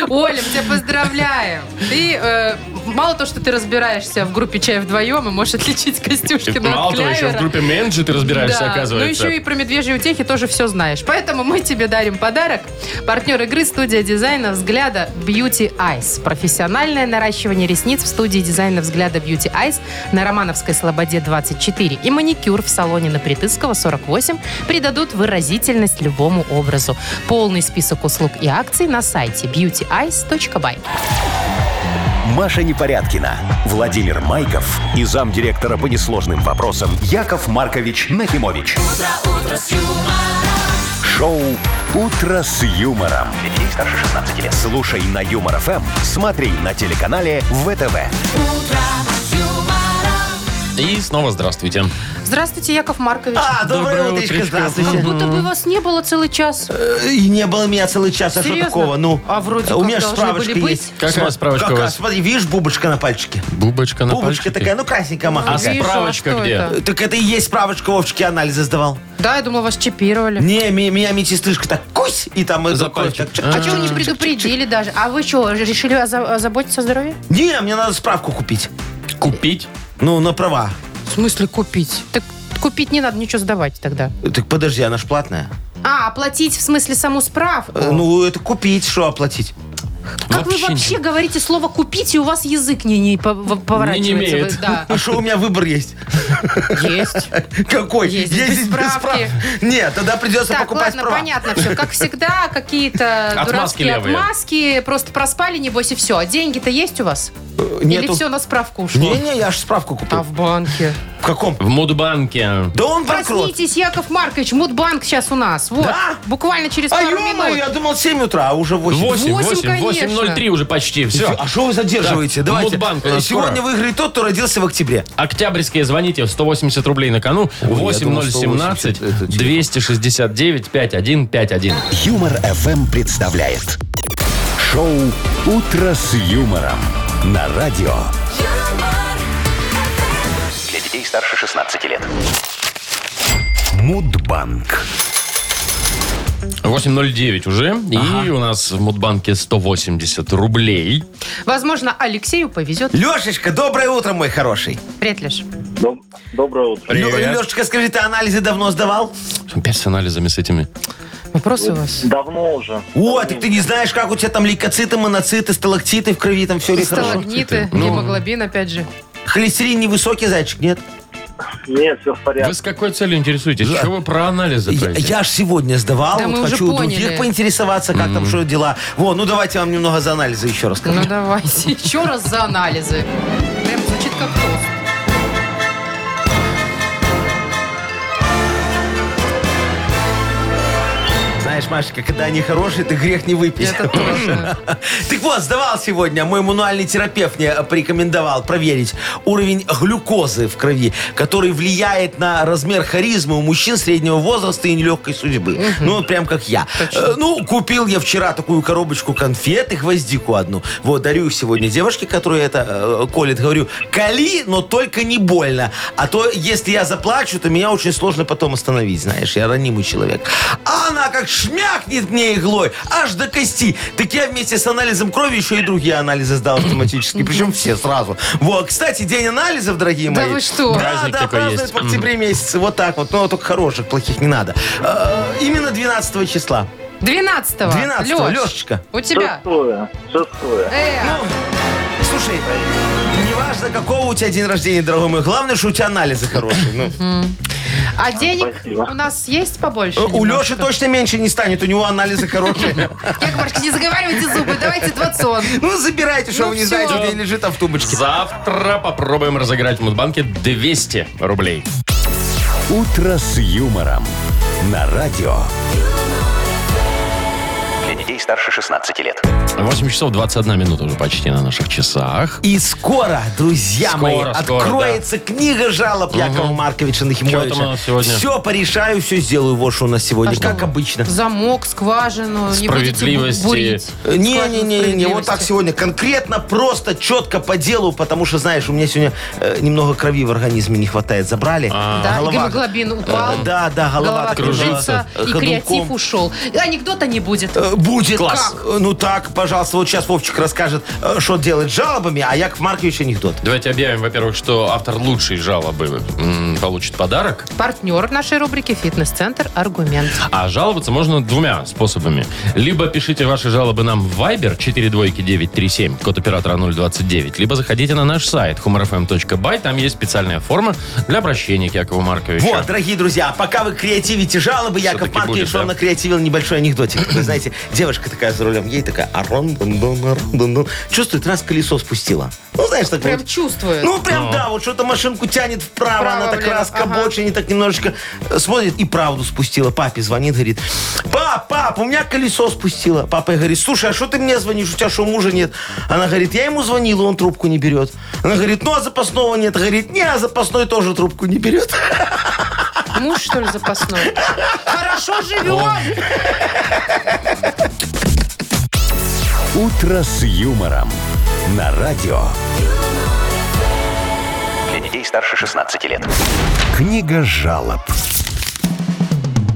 C: Оля, мы тебя поздравляем. Ты э, мало то, что ты разбираешься в группе «Чай вдвоем» и можешь отличить Костюшкина
B: Мало
C: от
B: того, еще в
C: Клявера.
B: группе менеджер ты разбираешься,
C: Да,
B: оказывается.
C: Ну еще и про медвежьи утехи тоже все знаешь. Поэтому мы тебе дарим подарок. Партнер игры студия дизайна взгляда Beauty Eyes. Профессиональное наращивание ресниц в студии дизайна взгляда Beauty Eyes на Романовской Слободе 24 и маникюр в салоне на Притыского 48 придадут выразительность любому образу. Полный список услуг и акций на сайте beautyeyes.by.
A: Маша Непорядкина, Владимир Майков и замдиректора по несложным вопросам Яков Маркович Нахимович. Шоу Утро с юмором. Для детей старше 16 лет. Слушай на юмор ФМ, смотри на телеканале ВТВ.
B: И снова здравствуйте.
C: Здравствуйте, Яков Маркович.
I: А, доброе
B: Доброе
I: утречко,
B: утречко.
C: Как
I: здравствуйте.
C: будто бы вас не было целый час.
I: Э, И не было меня целый час, а
C: Серьезно?
I: что такого? Ну,
C: А вроде
I: у
C: как
I: меня же
C: должны
I: справочка
C: были быть.
I: есть.
B: Какая
I: Сма-
B: справочка у
I: какая?
B: вас?
I: Смотри, видишь, бубочка на пальчике.
B: Бубочка на
I: бубочка
B: пальчике.
I: такая, ну красненькая,
B: А
I: махонькая.
C: Вижу, а
B: справочка
C: что
B: где?
C: это?
I: Э, Так это и есть справочка, Вовчики анализы сдавал.
C: Да, я думала, вас чипировали.
I: Не, ми- меня медсестричка так кусь, и там... э,
B: За
I: такой,
B: пальчик.
I: так, чик,
C: А
I: чик,
C: что вы не
I: чик, чик, чик.
C: предупредили даже? А вы что, решили оза- озаботиться о здоровье?
I: Не, мне надо справку купить.
B: Купить?
I: Ну, на права.
C: В смысле купить? Так купить не надо, ничего сдавать тогда.
I: Э, Так подожди, она ж платная.
C: А, оплатить в смысле саму справку?
I: Э, Ну, это купить, что оплатить?
C: как вы
B: вообще
C: вообще
B: ничего.
C: говорите слово «купить», и у вас язык не, не по- в- поворачивается? Вы-
B: имеет.
C: Да,
I: *laughs* А что у меня выбор есть? *laughs*
C: есть.
I: Какой?
C: Ездить без справки.
I: прав? Нет, тогда придется
C: Так,
I: покупать
C: ладно,
I: права.
C: понятно все. Как всегда, какие-то
B: Отмазки
C: дурацкие
B: левые.
C: отмазки. Просто проспали, небось, и все. А деньги-то есть у вас?
I: Э,
C: Или
I: Нету.
C: все на справку ушло?
I: Не-не, я же справку купил.
C: А в банке?
I: В каком?
B: В Мудбанке.
I: Да он банкрот.
C: Проснитесь, Яков Маркович, Мудбанк сейчас у нас. Вот,
I: Да?
C: буквально через
I: А
C: пару
I: ё-моё,
C: минут.
I: я думал 7 утра, а уже 8.
B: Восемь,
C: Восемь,
B: восемь,
C: конечно.
B: 8.03 уже почти. Все.
I: А что вы задерживаете?
B: Так,
I: Давайте.
B: Мудбанк у нас
I: Сегодня
B: скоро.
I: выиграет тот, кто родился в октябре.
B: Октябрьские звоните, 180 рублей на кону.
I: думал, 180
B: типа.
I: это телефон.
B: 8017-269-5151.
A: Юмор FM представляет шоу Утро с юмором на радио.
F: Для детей старше 16 лет.
A: Мудбанк.
B: 8.09 уже. И у нас в Мудбанке 180 рублей.
C: Возможно, Алексею повезет.
I: Лешечка, доброе утро, мой хороший.
C: Вряд ли ж.
E: Доб- Доброе утро.
B: Привет.
I: Лешечка, скажи, ты анализы давно сдавал?
B: Опять с анализами с этими.
C: Вопросы у вас?
E: Давно уже.
I: О, так ты не знаешь, как у тебя там лейкоциты, моноциты, сталактиты в крови, там все ли хорошо? Ну,
C: Сталагниты, гемоглобин, опять же. Ну,
I: Холестерин невысокий, зайчик, нет?
E: Нет, все в порядке.
B: Вы с какой целью интересуетесь?
I: Я-
B: Что вы про анализы?
I: Я,
B: говорите?
I: же сегодня сдавал,
C: Да мы
I: вот
C: уже
I: хочу у
C: поняли.
I: других поинтересоваться, как там, что дела. Во, ну давайте я вам немного за анализы еще расскажу.
C: Ну давайте, еще раз за анализы. Прям звучит как тост.
I: Знаешь, Машечка, когда они хорошие, ты грех не выпить.
C: Это точно.
I: *laughs* Так вот, сдавал сегодня. Мой мануальный терапевт мне э, порекомендовал проверить уровень глюкозы в крови, который влияет на размер харизмы у мужчин среднего возраста и нелегкой судьбы. Ну, прям как я. Э, Ну, купил я вчера такую коробочку конфет и гвоздику одну. Вот, дарю их сегодня девушке, которая это э, колет. Говорю, кали, но только не больно. А то, если я заплачу, то меня очень сложно потом остановить, знаешь. Я ранимый человек. А она как шмякнет мне иглой, аж до кости. Так я вместе с анализом крови еще и другие анализы
C: *coughs*
I: сдал автоматически. Причем все сразу. Вот, кстати, день анализов, дорогие
C: Да
I: мои.
C: вы что?
I: Да,
B: Праздник
I: да,
B: такой
I: празднуют
B: есть.
I: в октябре месяце. Вот так вот. Но только хороших, плохих не надо. Э, Именно 12 числа.
C: 12-го.
I: 12
C: Лёш,
I: Лешечка.
C: У тебя.
E: Шестое. Шестое.
C: Э,
I: Слушай, неважно, какого у тебя день рождения, дорогой мой. Главное, что у тебя анализы хорошие. Ну,
C: а денег
E: спасибо.
C: у нас есть побольше?
I: Э, У
C: немножко?
I: Леши точно меньше не станет, у него
B: *laughs*
I: анализы хорошие.
C: Яков Маркович, не заговаривайте зубы, давайте 20
I: Ну, забирайте, что
C: Ну,
I: вы не
C: всё.
I: знаете, где лежит, а в тумбочке.
B: Завтра попробуем разыграть в Мудбанке 200 рублей.
A: Утро с юмором на радио.
F: Для детей старше 16 лет.
B: 8 часов 21 минута уже почти на наших часах.
I: И скоро, друзья
B: Скоро,
I: мои,
B: скоро,
I: откроется книга жалоб Якова
B: Чё
I: Марковича
B: там у
I: Нахимовича.
B: нас сегодня? А
I: Все порешаю, все сделаю. Вот что у нас сегодня, как обычно.
C: Замок, скважину, не будете
B: Справедливости.
C: бу- бурить.
I: Э,
C: Скважину
I: Не-не-не, вот так
C: справедливости.
I: сегодня конкретно, просто, четко по делу, потому что, знаешь, у меня сегодня э, немного крови в организме не хватает, забрали.
C: Да, и
I: Голова-
C: гемоглобин упал.
I: Э, Да, да, голова,
C: голова
I: так
C: кружится,
I: э,
C: и
I: ходунком.
C: креатив ушел. И Анекдота не будет.
I: Э, Будет.
B: Класс.
I: Как? Э, Ну так, пожалуйста, вот сейчас Вовчик расскажет, э, что делать с жалобами, а Яков Маркович анекдот.
B: Давайте объявим, во-первых, что автор лучшей жалобы м, получит подарок.
C: Партнер нашей рубрики «Фитнес-центр Аргумент».
B: А жаловаться можно двумя способами. Либо пишите ваши жалобы нам в Viber 42937, код оператора 029, либо заходите на наш сайт humorfm.by, там есть специальная форма для обращения к Якову Марковичу.
I: Вот, дорогие друзья, пока вы креативите жалобы, Яков
B: Всё-таки
I: Маркович,
B: будет, да.
I: он накреативил небольшой анекдотик.
B: *clears throat*
I: Вы знаете, девушка такая за рулем, ей такая «А арон, дун дун арон, дун дун Чувствует, раз колесо спустила. Ну, знаешь, так
C: Прям
I: вот.
C: чувствую.
I: Ну, прям, да, вот что-то машинку тянет вправо,
C: Вправо,
I: она так
C: влево,
I: раз к
C: ага.
I: обочине, так немножечко э, смотрит и правду спустила. Папе звонит, говорит, пап, пап, у меня колесо спустило. Папа ей говорит, слушай, а что ты мне звонишь, у тебя что, мужа нет? Она говорит, я ему звонила, он трубку не берет. Она говорит, ну, а запасного нет? Говорит, не, а запасной тоже трубку не берет.
C: Муж, что ли, запасной? Хорошо живем.
A: Утро с юмором на радио.
F: Для детей старше 16 лет.
A: Книга жалоб.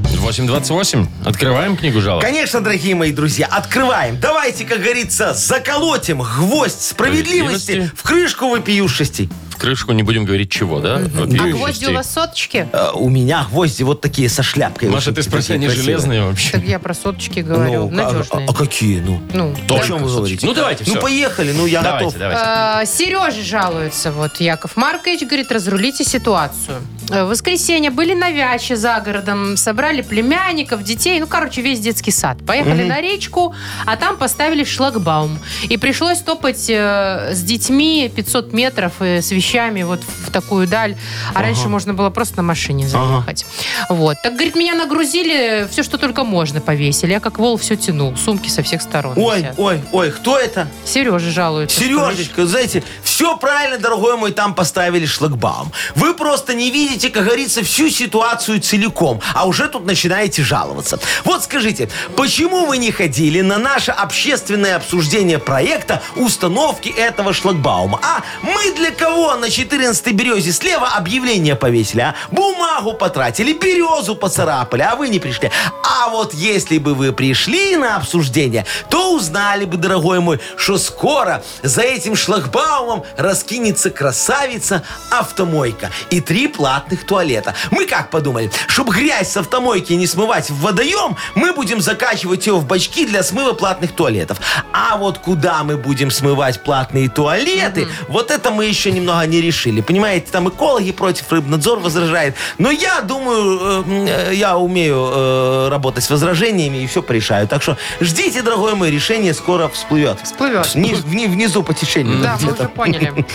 B: 8.28. Открываем книгу жалоб.
I: Конечно, дорогие мои друзья, открываем. Давайте, как говорится, заколотим гвоздь справедливости,
B: Справедливости.
I: в крышку вопиюшести.
B: В крышку, не будем говорить чего, да?
C: А
B: вопиющих
C: гвозди у
B: частей.
C: вас соточки?
I: Э, У меня гвозди вот такие со шляпкой.
B: Маша,
I: очень
B: ты спроси,
I: такие
B: они
I: красивые.
B: железные вообще?
C: Так я про соточки
I: Ну,
C: говорю.
I: а- а-
C: Надежные.
I: А, какие, ну?
C: Ну,
I: О
B: Только
I: чем вы
B: кусочки.
I: говорите?
B: Ну, давайте,
I: Ну,
B: всё.
I: поехали, ну, я готов.
B: Давайте, давайте.
C: Э, Сережа жалуется, вот Яков Маркович говорит, разрулите ситуацию. Э, В воскресенье были на Вяче за городом, собрали племянников, детей, ну, короче, весь детский сад. Поехали на речку, а там поставили шлагбаум. И пришлось топать э, с детьми 500 метров э, с вещами вот в такую даль. А раньше можно было просто на машине заехать. Вот. Так, говорит, меня нагрузили, все, что только можно повесили. Я как вол все тянул, сумки со всех сторон.
I: Ой, ой, ой, кто это?
C: Сережа жалуется. что
I: Сережечка, знаете, все правильно, дорогой мой, там поставили шлагбаум. Вы просто не видите, как говорится, всю ситуацию целиком, а уже тут начинаете жаловаться. Вот скажите, почему вы не ходили на наше общественное обсуждение проекта установки этого шлагбаума? А мы для кого на 14 березе слева объявление повесили, а? Бумагу потратили, березу поцарапали, а вы не пришли. А вот если бы вы пришли на обсуждение, то узнали бы, дорогой мой, что скоро за этим шлагбаумом раскинется красавица автомойка и три платных туалета. Мы как подумали, чтобы грязь с автомойки не смывать в водоем, мы будем закачивать ее в бачки для смыва платных туалетов. А вот куда мы будем смывать платные туалеты, вот это мы еще немного не решили. Понимаете, там экологи против, рыбнадзор возражает. Но я думаю, э, э, я умею э, работать с возражениями и все порешаю. Так что ждите, дорогой мой, решение скоро всплывет.
C: Всплывет.
I: Вни- вни- внизу по течению.
C: Да, мы
I: где-то.
C: уже *laughs* поняли.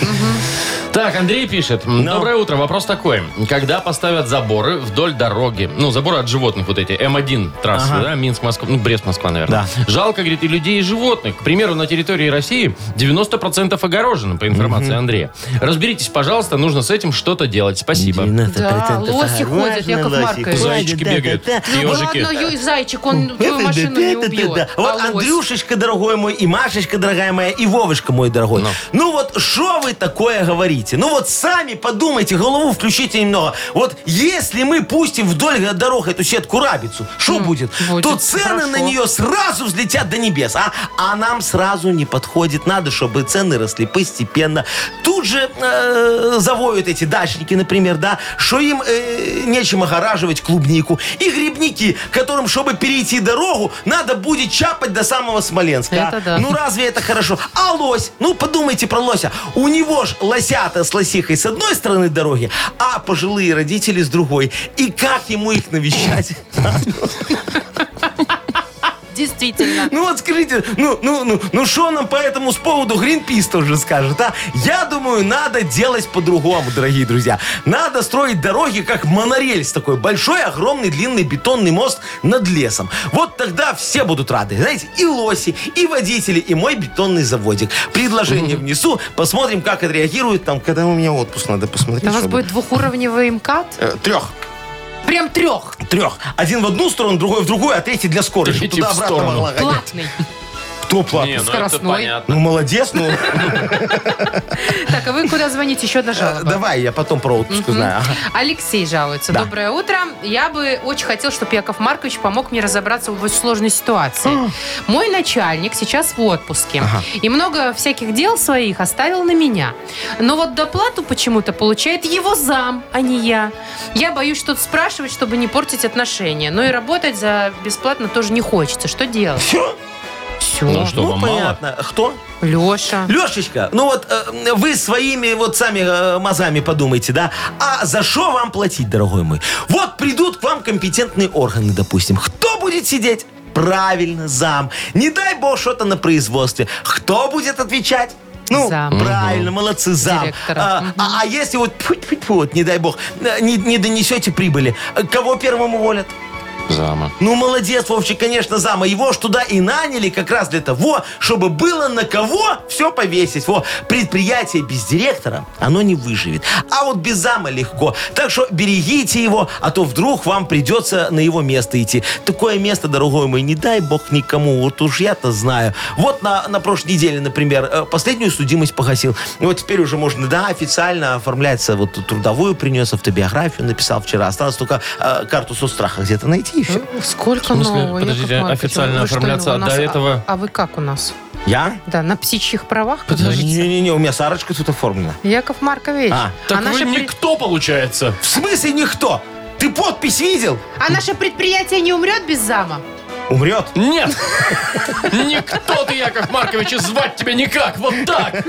B: Так, Андрей пишет. М,
I: Ну.
B: Доброе утро. Вопрос такой. Когда поставят заборы вдоль дороги? Ну, заборы от животных вот эти. М1 трассы, да? Минск, Москва. Ну, Брест, Москва, наверное. Жалко, говорит, и людей, и животных. К примеру, на территории России 90% огорожено, по информации Андрея. Разберитесь, пожалуйста, нужно с этим что-то делать. Спасибо.
I: ну, 90%
C: Да, лоси ходят,
I: важно,
C: Яков
I: лоси
C: Маркович.
I: ходят,
B: Зайчики
I: да,
B: бегают.
I: да, да.
B: Ёжики.
C: Ладно, ю- зайчик, он твою машину не убьет. а
I: Вот
C: лось.
I: Андрюшечка, дорогой мой, и Машечка, дорогая моя, и Вовочка, мой дорогой.
B: Ну.
I: Ну вот, что вы такое говорите? Ну вот сами подумайте, голову включите немного. Вот если мы пустим вдоль дорог эту сетку рабицу, что будет?
C: будет,
I: То цены на
C: хорошо.
I: нее сразу взлетят до небес, а? А нам сразу не подходит. Надо, чтобы цены росли постепенно. Тут же э, завоют эти дачники, например, да, что им э, нечем огораживать клубнику. И грибники, которым, чтобы перейти дорогу, надо будет чапать до самого Смоленска. а?
C: Это да.
I: Ну разве это хорошо? А лось? Ну подумайте про лося. У него ж лосята с лосихой с одной стороны дороги, а пожилые родители с другой. И как ему их навещать?
C: Действительно.
I: Ну вот скажите, ну, ну, ну, ну что нам по этому с поводу Гринпис тоже скажет, а? Я думаю, надо делать по-другому, дорогие друзья. Надо строить дороги, как монорельс такой, большой, огромный, длинный бетонный мост над лесом. Вот тогда все будут рады, знаете, и лоси, и водители, и мой бетонный заводик. Предложение внесу, посмотрим, как отреагирует там, когда у меня отпуск, надо посмотреть.
C: У вас
I: что
C: будет двухуровневый МКАД?
I: Трех.
C: Прям трех.
I: Трех. Один в одну сторону, другой в другую, а третий для скорости.
B: Третий в
I: Туда-обратно
B: сторону.
I: могла гонять.
C: Платный.
I: Кто платный?
B: Не, ну это
C: Скоростной.
B: понятно.
I: Ну, молодец, ну.
C: Так, а вы куда звоните? Еще одна
I: Э,
C: жалоба.
I: Давай, я потом про отпуск узнаю. Ага.
C: Алексей жалуется.
I: Да.
C: Доброе утро. Я бы очень хотел, чтобы Яков Маркович помог мне разобраться в очень сложной ситуации. Мой начальник сейчас в отпуске. И много всяких дел своих оставил на меня. Но вот доплату почему-то получает его зам, а не я. Я боюсь что-то спрашивать, чтобы не портить отношения. Но и работать за бесплатно тоже не хочется. Что делать?
I: Всё?
C: Все.
B: Ну что,
I: Ну,
B: вам мало?
I: понятно. Кто?
C: Леша.
I: Лешечка, ну вот э, вы своими вот сами э, мазами подумайте, да? А за что вам платить, дорогой мой? Вот придут к вам компетентные органы, допустим. Кто будет сидеть? Правильно, зам. Не дай бог что-то на производстве. Кто будет отвечать? Ну,
C: Зам.
I: правильно, молодцы, зам.
C: Директора.
I: А, а- а если вот, тьфу, тьфу, тьфу, вот, не дай бог, э, не, не донесете прибыли, э, кого первым уволят?
B: Зама.
I: Ну, молодец, Вовчик, конечно, зама. Его ж туда и наняли как раз для того, чтобы было на кого все повесить. Во, предприятие без директора, оно не выживет. А вот без зама легко. Так что берегите его, а то вдруг вам придется на его место идти. Такое место, дорогой мой, не дай бог никому. Вот уж я-то знаю. Вот на, на прошлой неделе, например, э, последнюю судимость погасил. И вот теперь уже можно, да, официально оформляется. Вот трудовую принес, автобиографию написал вчера. Осталось только э, карту соцстраха где-то найти и все.
C: Ну, Сколько
B: В смысле?
C: нового? Яков
B: Подождите, а
C: Маркович?
B: официально
C: Вы что,
B: оформляться
C: у нас-
B: до этого?
C: А, а вы как у нас?
I: Я?
C: Да, на птичьих правах, как говорится.
I: Не-не-не, у меня Сарочка тут оформлена.
C: Яков Маркович,
I: А,
B: Так
C: наше
B: вы
C: пред-
B: никто, получается.
I: В смысле никто? Ты подпись видел?
C: а наше предприятие не умрет без зама?
I: Умрет.
B: Нет! *laughs* Никто ты, Яков Маркович, и звать тебя никак. Вот так.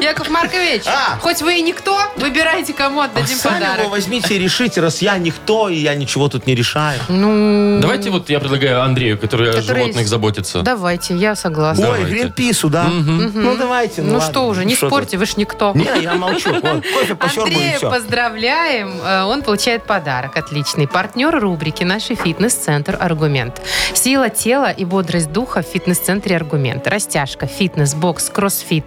C: Яков Маркович,
I: А.
C: хоть вы и никто, выбирайте, кому
I: А
C: отдадим
I: сами
C: подарок.
I: его возьмите и решите, раз я никто, и я ничего тут не решаю.
C: Ну,
B: Давайте вот я предлагаю Андрею, который о
C: Который
B: животных
C: есть.
B: заботится.
C: давайте, я согласна.
I: Ой,
B: Давайте.
I: Гринпису, да? Ну давайте.
C: Ну,
I: ладно.
C: что уже, не
I: тут?
C: спорьте, вы ж никто.
I: Не, я молчу. Вот,
C: *laughs*
I: кофе посербаю и
C: Андрея
I: все.
C: поздравляем. Э, Он получает подарок. Отличный. Партнер рубрики «Наш фитнес-центр Аргумент». Сила тела и бодрость духа в фитнес-центре Аргумент. Растяжка, фитнес, бокс, кроссфит,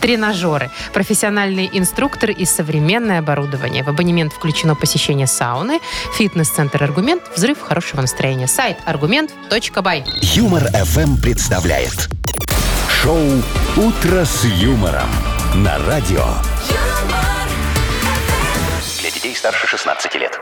C: тренажеры, профессиональные инструкторы и современное оборудование. В абонемент включено посещение сауны, фитнес-центр Аргумент, взрыв хорошего настроения. Сайт аргумент.бай.
A: Юмор FM представляет шоу Утро с юмором на радио.
F: Для детей старше 16 лет.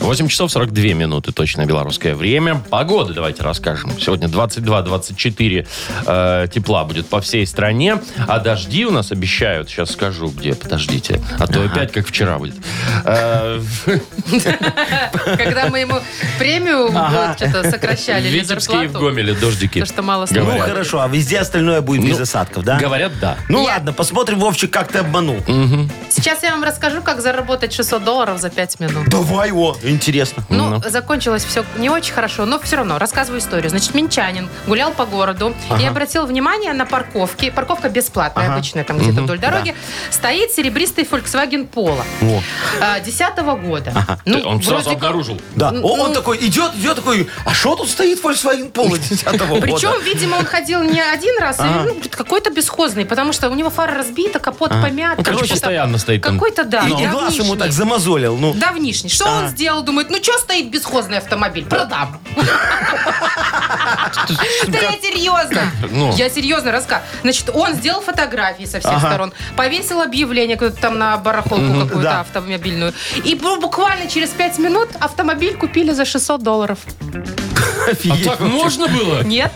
B: 8 часов 42 минуты, точно белорусское время. Погода давайте расскажем. Сегодня 22-24 э, тепла будет по всей стране. А дожди у нас обещают. Сейчас скажу, где. Подождите. А то опять как вчера будет. Э,
C: Когда мы ему премию вот, что-то сокращали или
B: Витебске и в
C: зарплату,
B: Гомеле дождики.
C: то, что мало
I: Ну
B: Говорят.
I: хорошо, а везде остальное будет без
B: Ну,
I: осадков, да?
B: Говорят, да.
I: Ну
C: Я-
I: ладно, посмотрим, Вовчик, как ты обманул.
C: Ну, Сейчас я вам расскажу, как заработать 600 долларов за 5 минут.
I: Давай, о, интересно.
C: Ну, закончилось все не очень хорошо, но все равно рассказываю историю. Значит, минчанин гулял по городу и обратил внимание на парковке. Парковка бесплатная, обычная, там где-то вдоль дороги. Стоит серебристый Volkswagen Polo. а,
I: О.
C: Десятого года. Ну,
B: Ты- Он сразу
C: вроде как-
B: обнаружил.
I: Да,
C: ну,
I: О, он
C: ну.
I: такой идет, идет такой, а что тут стоит Volkswagen Polo 10 года?
C: Причем, видимо, он ходил не один раз, и,
I: Ага.
C: ну, какой-то бесхозный, потому что у него фара разбита, капот помят.
B: Ну, короче,
C: какой-то-
B: постоянно стоит там.
C: Какой-то, да,
I: И- И Ну, глаз ему так замазолил, ну.
C: Давнишний. Что он сделал? Думает, ну что стоит бесхозный автомобиль? Продам. Да я серьезно.
B: ну?
C: Я серьезно рассказываю. Значит, он сделал фотографии со всех
I: Ага.
C: сторон, повесил объявление куда-то там на барахолку
I: да.
C: какую-то автомобильную. И бу- буквально через 5 минут автомобиль купили за 600 долларов.
B: А так можно
C: *laughs*
B: было?
C: Нет?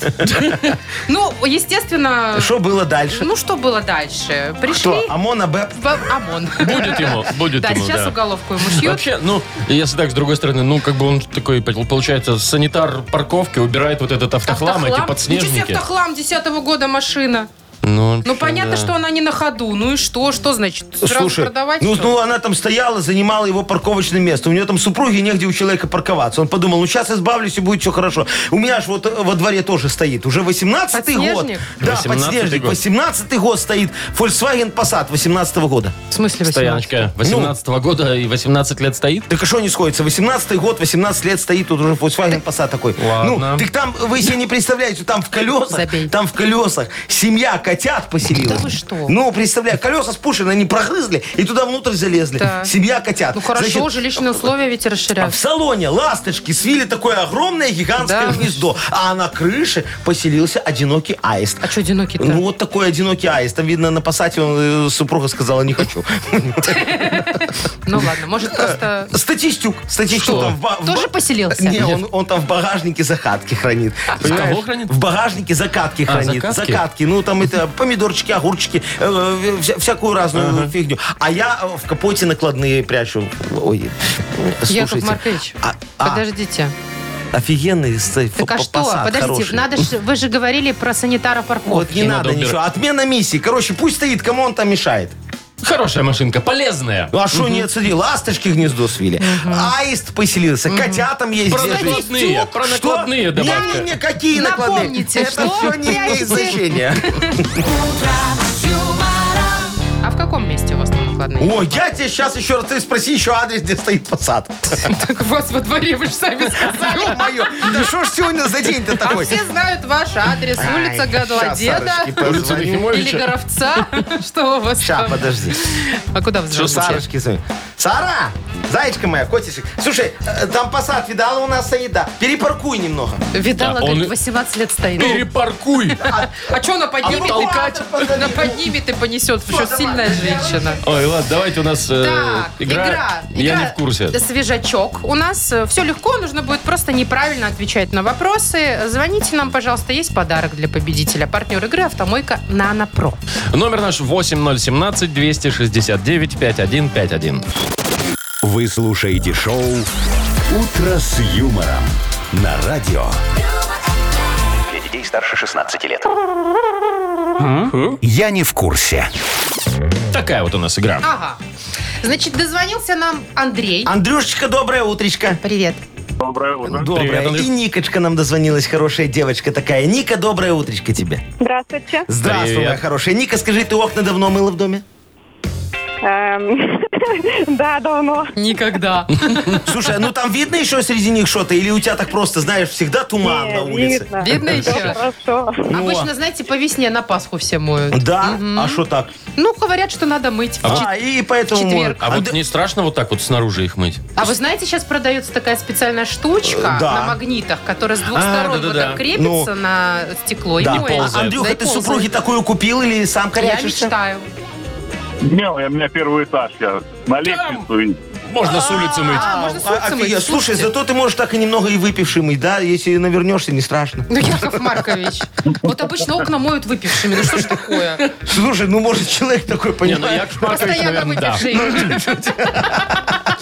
C: Ну, естественно...
I: Что было дальше?
C: Ну, что было дальше? Пришли
I: Что, ОМОН, АБЭП?
C: в ОМОН.
B: Будет ему, будет
C: Да,
B: ему,
C: сейчас
B: да.
C: уголовку ему шьют.
B: Вообще, ну, если так, с другой стороны, ну, как бы он такой, получается, санитар парковки убирает вот этот автохлам, эти
C: Ничего себе
B: подснежники.
C: автохлам 10 года машина.
B: Ну,
C: Ну, понятно,
B: да.
C: что она не на ходу. Ну и что? Что значит? Сразу
I: Слушай,
C: продавать?
I: ну,
C: что ли?
I: ну она там стояла, занимала его парковочное место. У нее там супруги негде у человека парковаться. Он подумал, ну сейчас избавлюсь и будет все хорошо. У меня ж вот э, во дворе тоже стоит. Уже 18-й год.
C: Подснежник?
I: Да,
B: 18-й
I: подснежник.
B: год.
I: 18-й год стоит. Volkswagen Passat 18 года.
C: В смысле 18?
B: Стояночка 18
C: Ну.
B: года и 18 лет стоит.
I: Так а что не сходится? 18-й год, 18 лет стоит, тут уже Volkswagen Passat такой.
B: Ладно.
I: Ну, так там, вы себе не представляете, там в колесах,
C: Забей.
I: там в колесах семья котят поселилась.
C: Да вы что?
I: Ну, представляю, колеса спущены, они прогрызли и туда внутрь залезли.
C: Так.
I: Семья котят.
C: Ну хорошо,
I: Значит,
C: жилищные условия ведь
I: А в
C: расширяются.
I: салоне ласточки свили такое огромное гигантское
C: Да.
I: гнездо, а на крыше поселился одинокий аист.
C: А что одинокий-то?
I: Ну, вот такой одинокий аист. Там, видно, на пассате он, э, супруга сказала, не хочу.
C: Ну ладно, может просто...
I: Статистюк. Статистюк
B: Что?
I: там в ба- в
C: Тоже
I: ба-
C: поселился?
I: Не, он, он там в багажнике закатки хранит. Понимаешь?
B: А, кого хранит?
I: В багажнике закатки
B: А,
I: хранит.
B: закатки?
I: Ну, там это помидорчики, огурчики, э, вся- всякую разную фигню. А я э, в капоте накладные прячу. Ой, э,
C: Яков
I: слушайте.
C: Маркович,
I: А- а,
C: подождите.
I: Офигенный сцей-
C: Так а
I: фо-
C: что?
I: посад
C: Подождите,
I: хороший.
C: надо ж- вы же говорили про санитара
I: Вот
C: парковки.
I: не надо
B: убирать.
I: ничего. Отмена миссии. Короче, пусть стоит, кому он там мешает.
B: Хорошая машинка, полезная.
I: Ну, А что не отсуди? Ласточки гнездо свили. Аист поселился. Котятам есть
B: Про
I: где жить.
B: накладные, про накладные добавьте.
I: Не-не-не, какие накладные?
C: Напомните,
I: Это
C: что
I: все не имеет
C: прячете?
I: значения.
C: А в каком месте у вас там накладные?
I: Ой, я тебе сейчас еще раз ты спроси еще адрес, где стоит посад.
C: Так у вас во дворе, вы же
I: *laughs*
C: сами сказали.
I: Ё-моё, да что ж сегодня за день-то
C: А
I: такой?
C: все знают ваш адрес. Улица
I: Ай, щас, Сарочке
C: Гадладеда.
I: позвоню.
B: Улица
C: Или
B: Нахимовича.
I: *laughs*
C: Горовца. Что у вас
I: Ща,
C: там?
I: подожди.
C: А куда вы
I: Что
C: звоните?
I: Сарочки? Сара, Зайчка моя, котишек. Слушай, э, там посад видала у нас Саида. Перепаркуй немного.
C: Видала,
B: Да,
C: говорит,
B: он-
C: 18 лет стоит. *laughs*
B: Перепаркуй.
C: А что она поднимет?
B: толкать?
C: Она поднимет и понесет. Все, сильная женщина.
B: Ой, ладно, давайте у нас э,
C: Так, игра.
B: игра. Я не в курсе.
C: Свежачок. У нас все легко, нужно будет просто неправильно отвечать на вопросы. Звоните нам, пожалуйста, есть подарок для победителя. Партнер игры «Автомойка Нано Про».
B: Номер наш 8017-269-5151.
A: Вы слушаете шоу «Утро с юмором» на радио.
F: Для детей старше 16 лет.
A: Я не в курсе.
B: Такая вот у нас игра.
C: Ага. Значит, дозвонился нам Андрей.
I: Андрюшечка, доброе утречко.
C: Привет.
D: Доброе утро.
I: Доброе.
B: Привет, Андрюш.
I: И Никочка нам дозвонилась, хорошая девочка такая. Ника, доброе утречко тебе.
G: Здравствуйте.
I: Здравствуй,
B: Привет.
I: моя хорошая. Ника, скажи, ты окна давно мыла в доме?
G: Эм, *laughs* Да, давно.
C: Никогда.
I: Слушай, а ну там видно еще среди них что-то? Или у тебя так просто, знаешь, всегда
B: А,
I: туман на
G: Не,
I: улице?
G: Видно.
C: Видно
G: Всё
C: еще?
G: Хорошо.
C: Обычно, знаете, по весне на Пасху все моют.
I: Да? А что так?
C: Ну, говорят, что надо мыть.
B: А
C: В
I: А, и поэтому...
C: четверг.
B: А
I: Анд-
B: вот не страшно вот так вот снаружи их мыть?
C: А вы знаете, сейчас продается такая специальная штучка
I: Э, да.
C: на магнитах, которая с двух
B: А,
C: сторон
B: да-да-да.
C: вот так крепится
I: Ну,
C: на стекло
I: Да.
C: и моет.
B: ползает.
I: А, Андрюха,
C: Да и
I: ты
C: ползает.
I: супруге такую купил или сам
C: Я
I: корячишься?
C: мечтаю.
D: Не, у меня первый этаж, я на лестницу. и-
B: Можно с улицы мыть.
C: А,
I: А,
C: можно с
I: а,
C: улицы
I: офигеть.
C: мыть,
I: Слушай,
C: слушайте.
I: зато ты можешь так и немного и выпивший мыть, да? Если навернешься, не страшно.
C: Ну, Яков Маркович, вот обычно окна моют выпившими. Ну, что ж такое?
I: Слушай, ну может человек такой
B: Не, ну
I: понимает.
B: Яков Маркович,
C: Постоянно
B: наверное, да.
C: выпившие.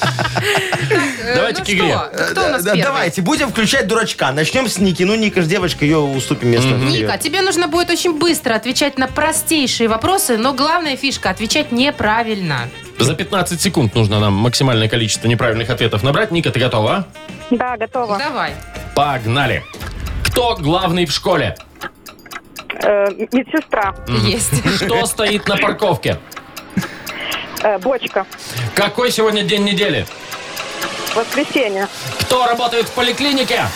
C: Э,
B: Давайте
C: ну
B: к игре.
C: что, Кто у нас
I: Да,
C: первый?
I: Давайте, будем включать дурачка. Начнем с Ники. Ну, Ника ж девочка, ее уступим место.
C: Ника, тебе нужно будет очень быстро отвечать на простейшие вопросы, но главная фишка – отвечать неправильно.
B: За 15 секунд нужно нам максимальное количество неправильных ответов набрать. Ника, ты готова?
G: Да, готово.
C: Давай.
B: Погнали. Кто главный в школе?
G: Э, Медсестра.
C: Есть. *laughs*
B: Кто стоит на парковке?
G: Э, Бочка.
B: Какой сегодня день недели?
G: Воскресенье.
B: Кто работает в поликлинике?
C: а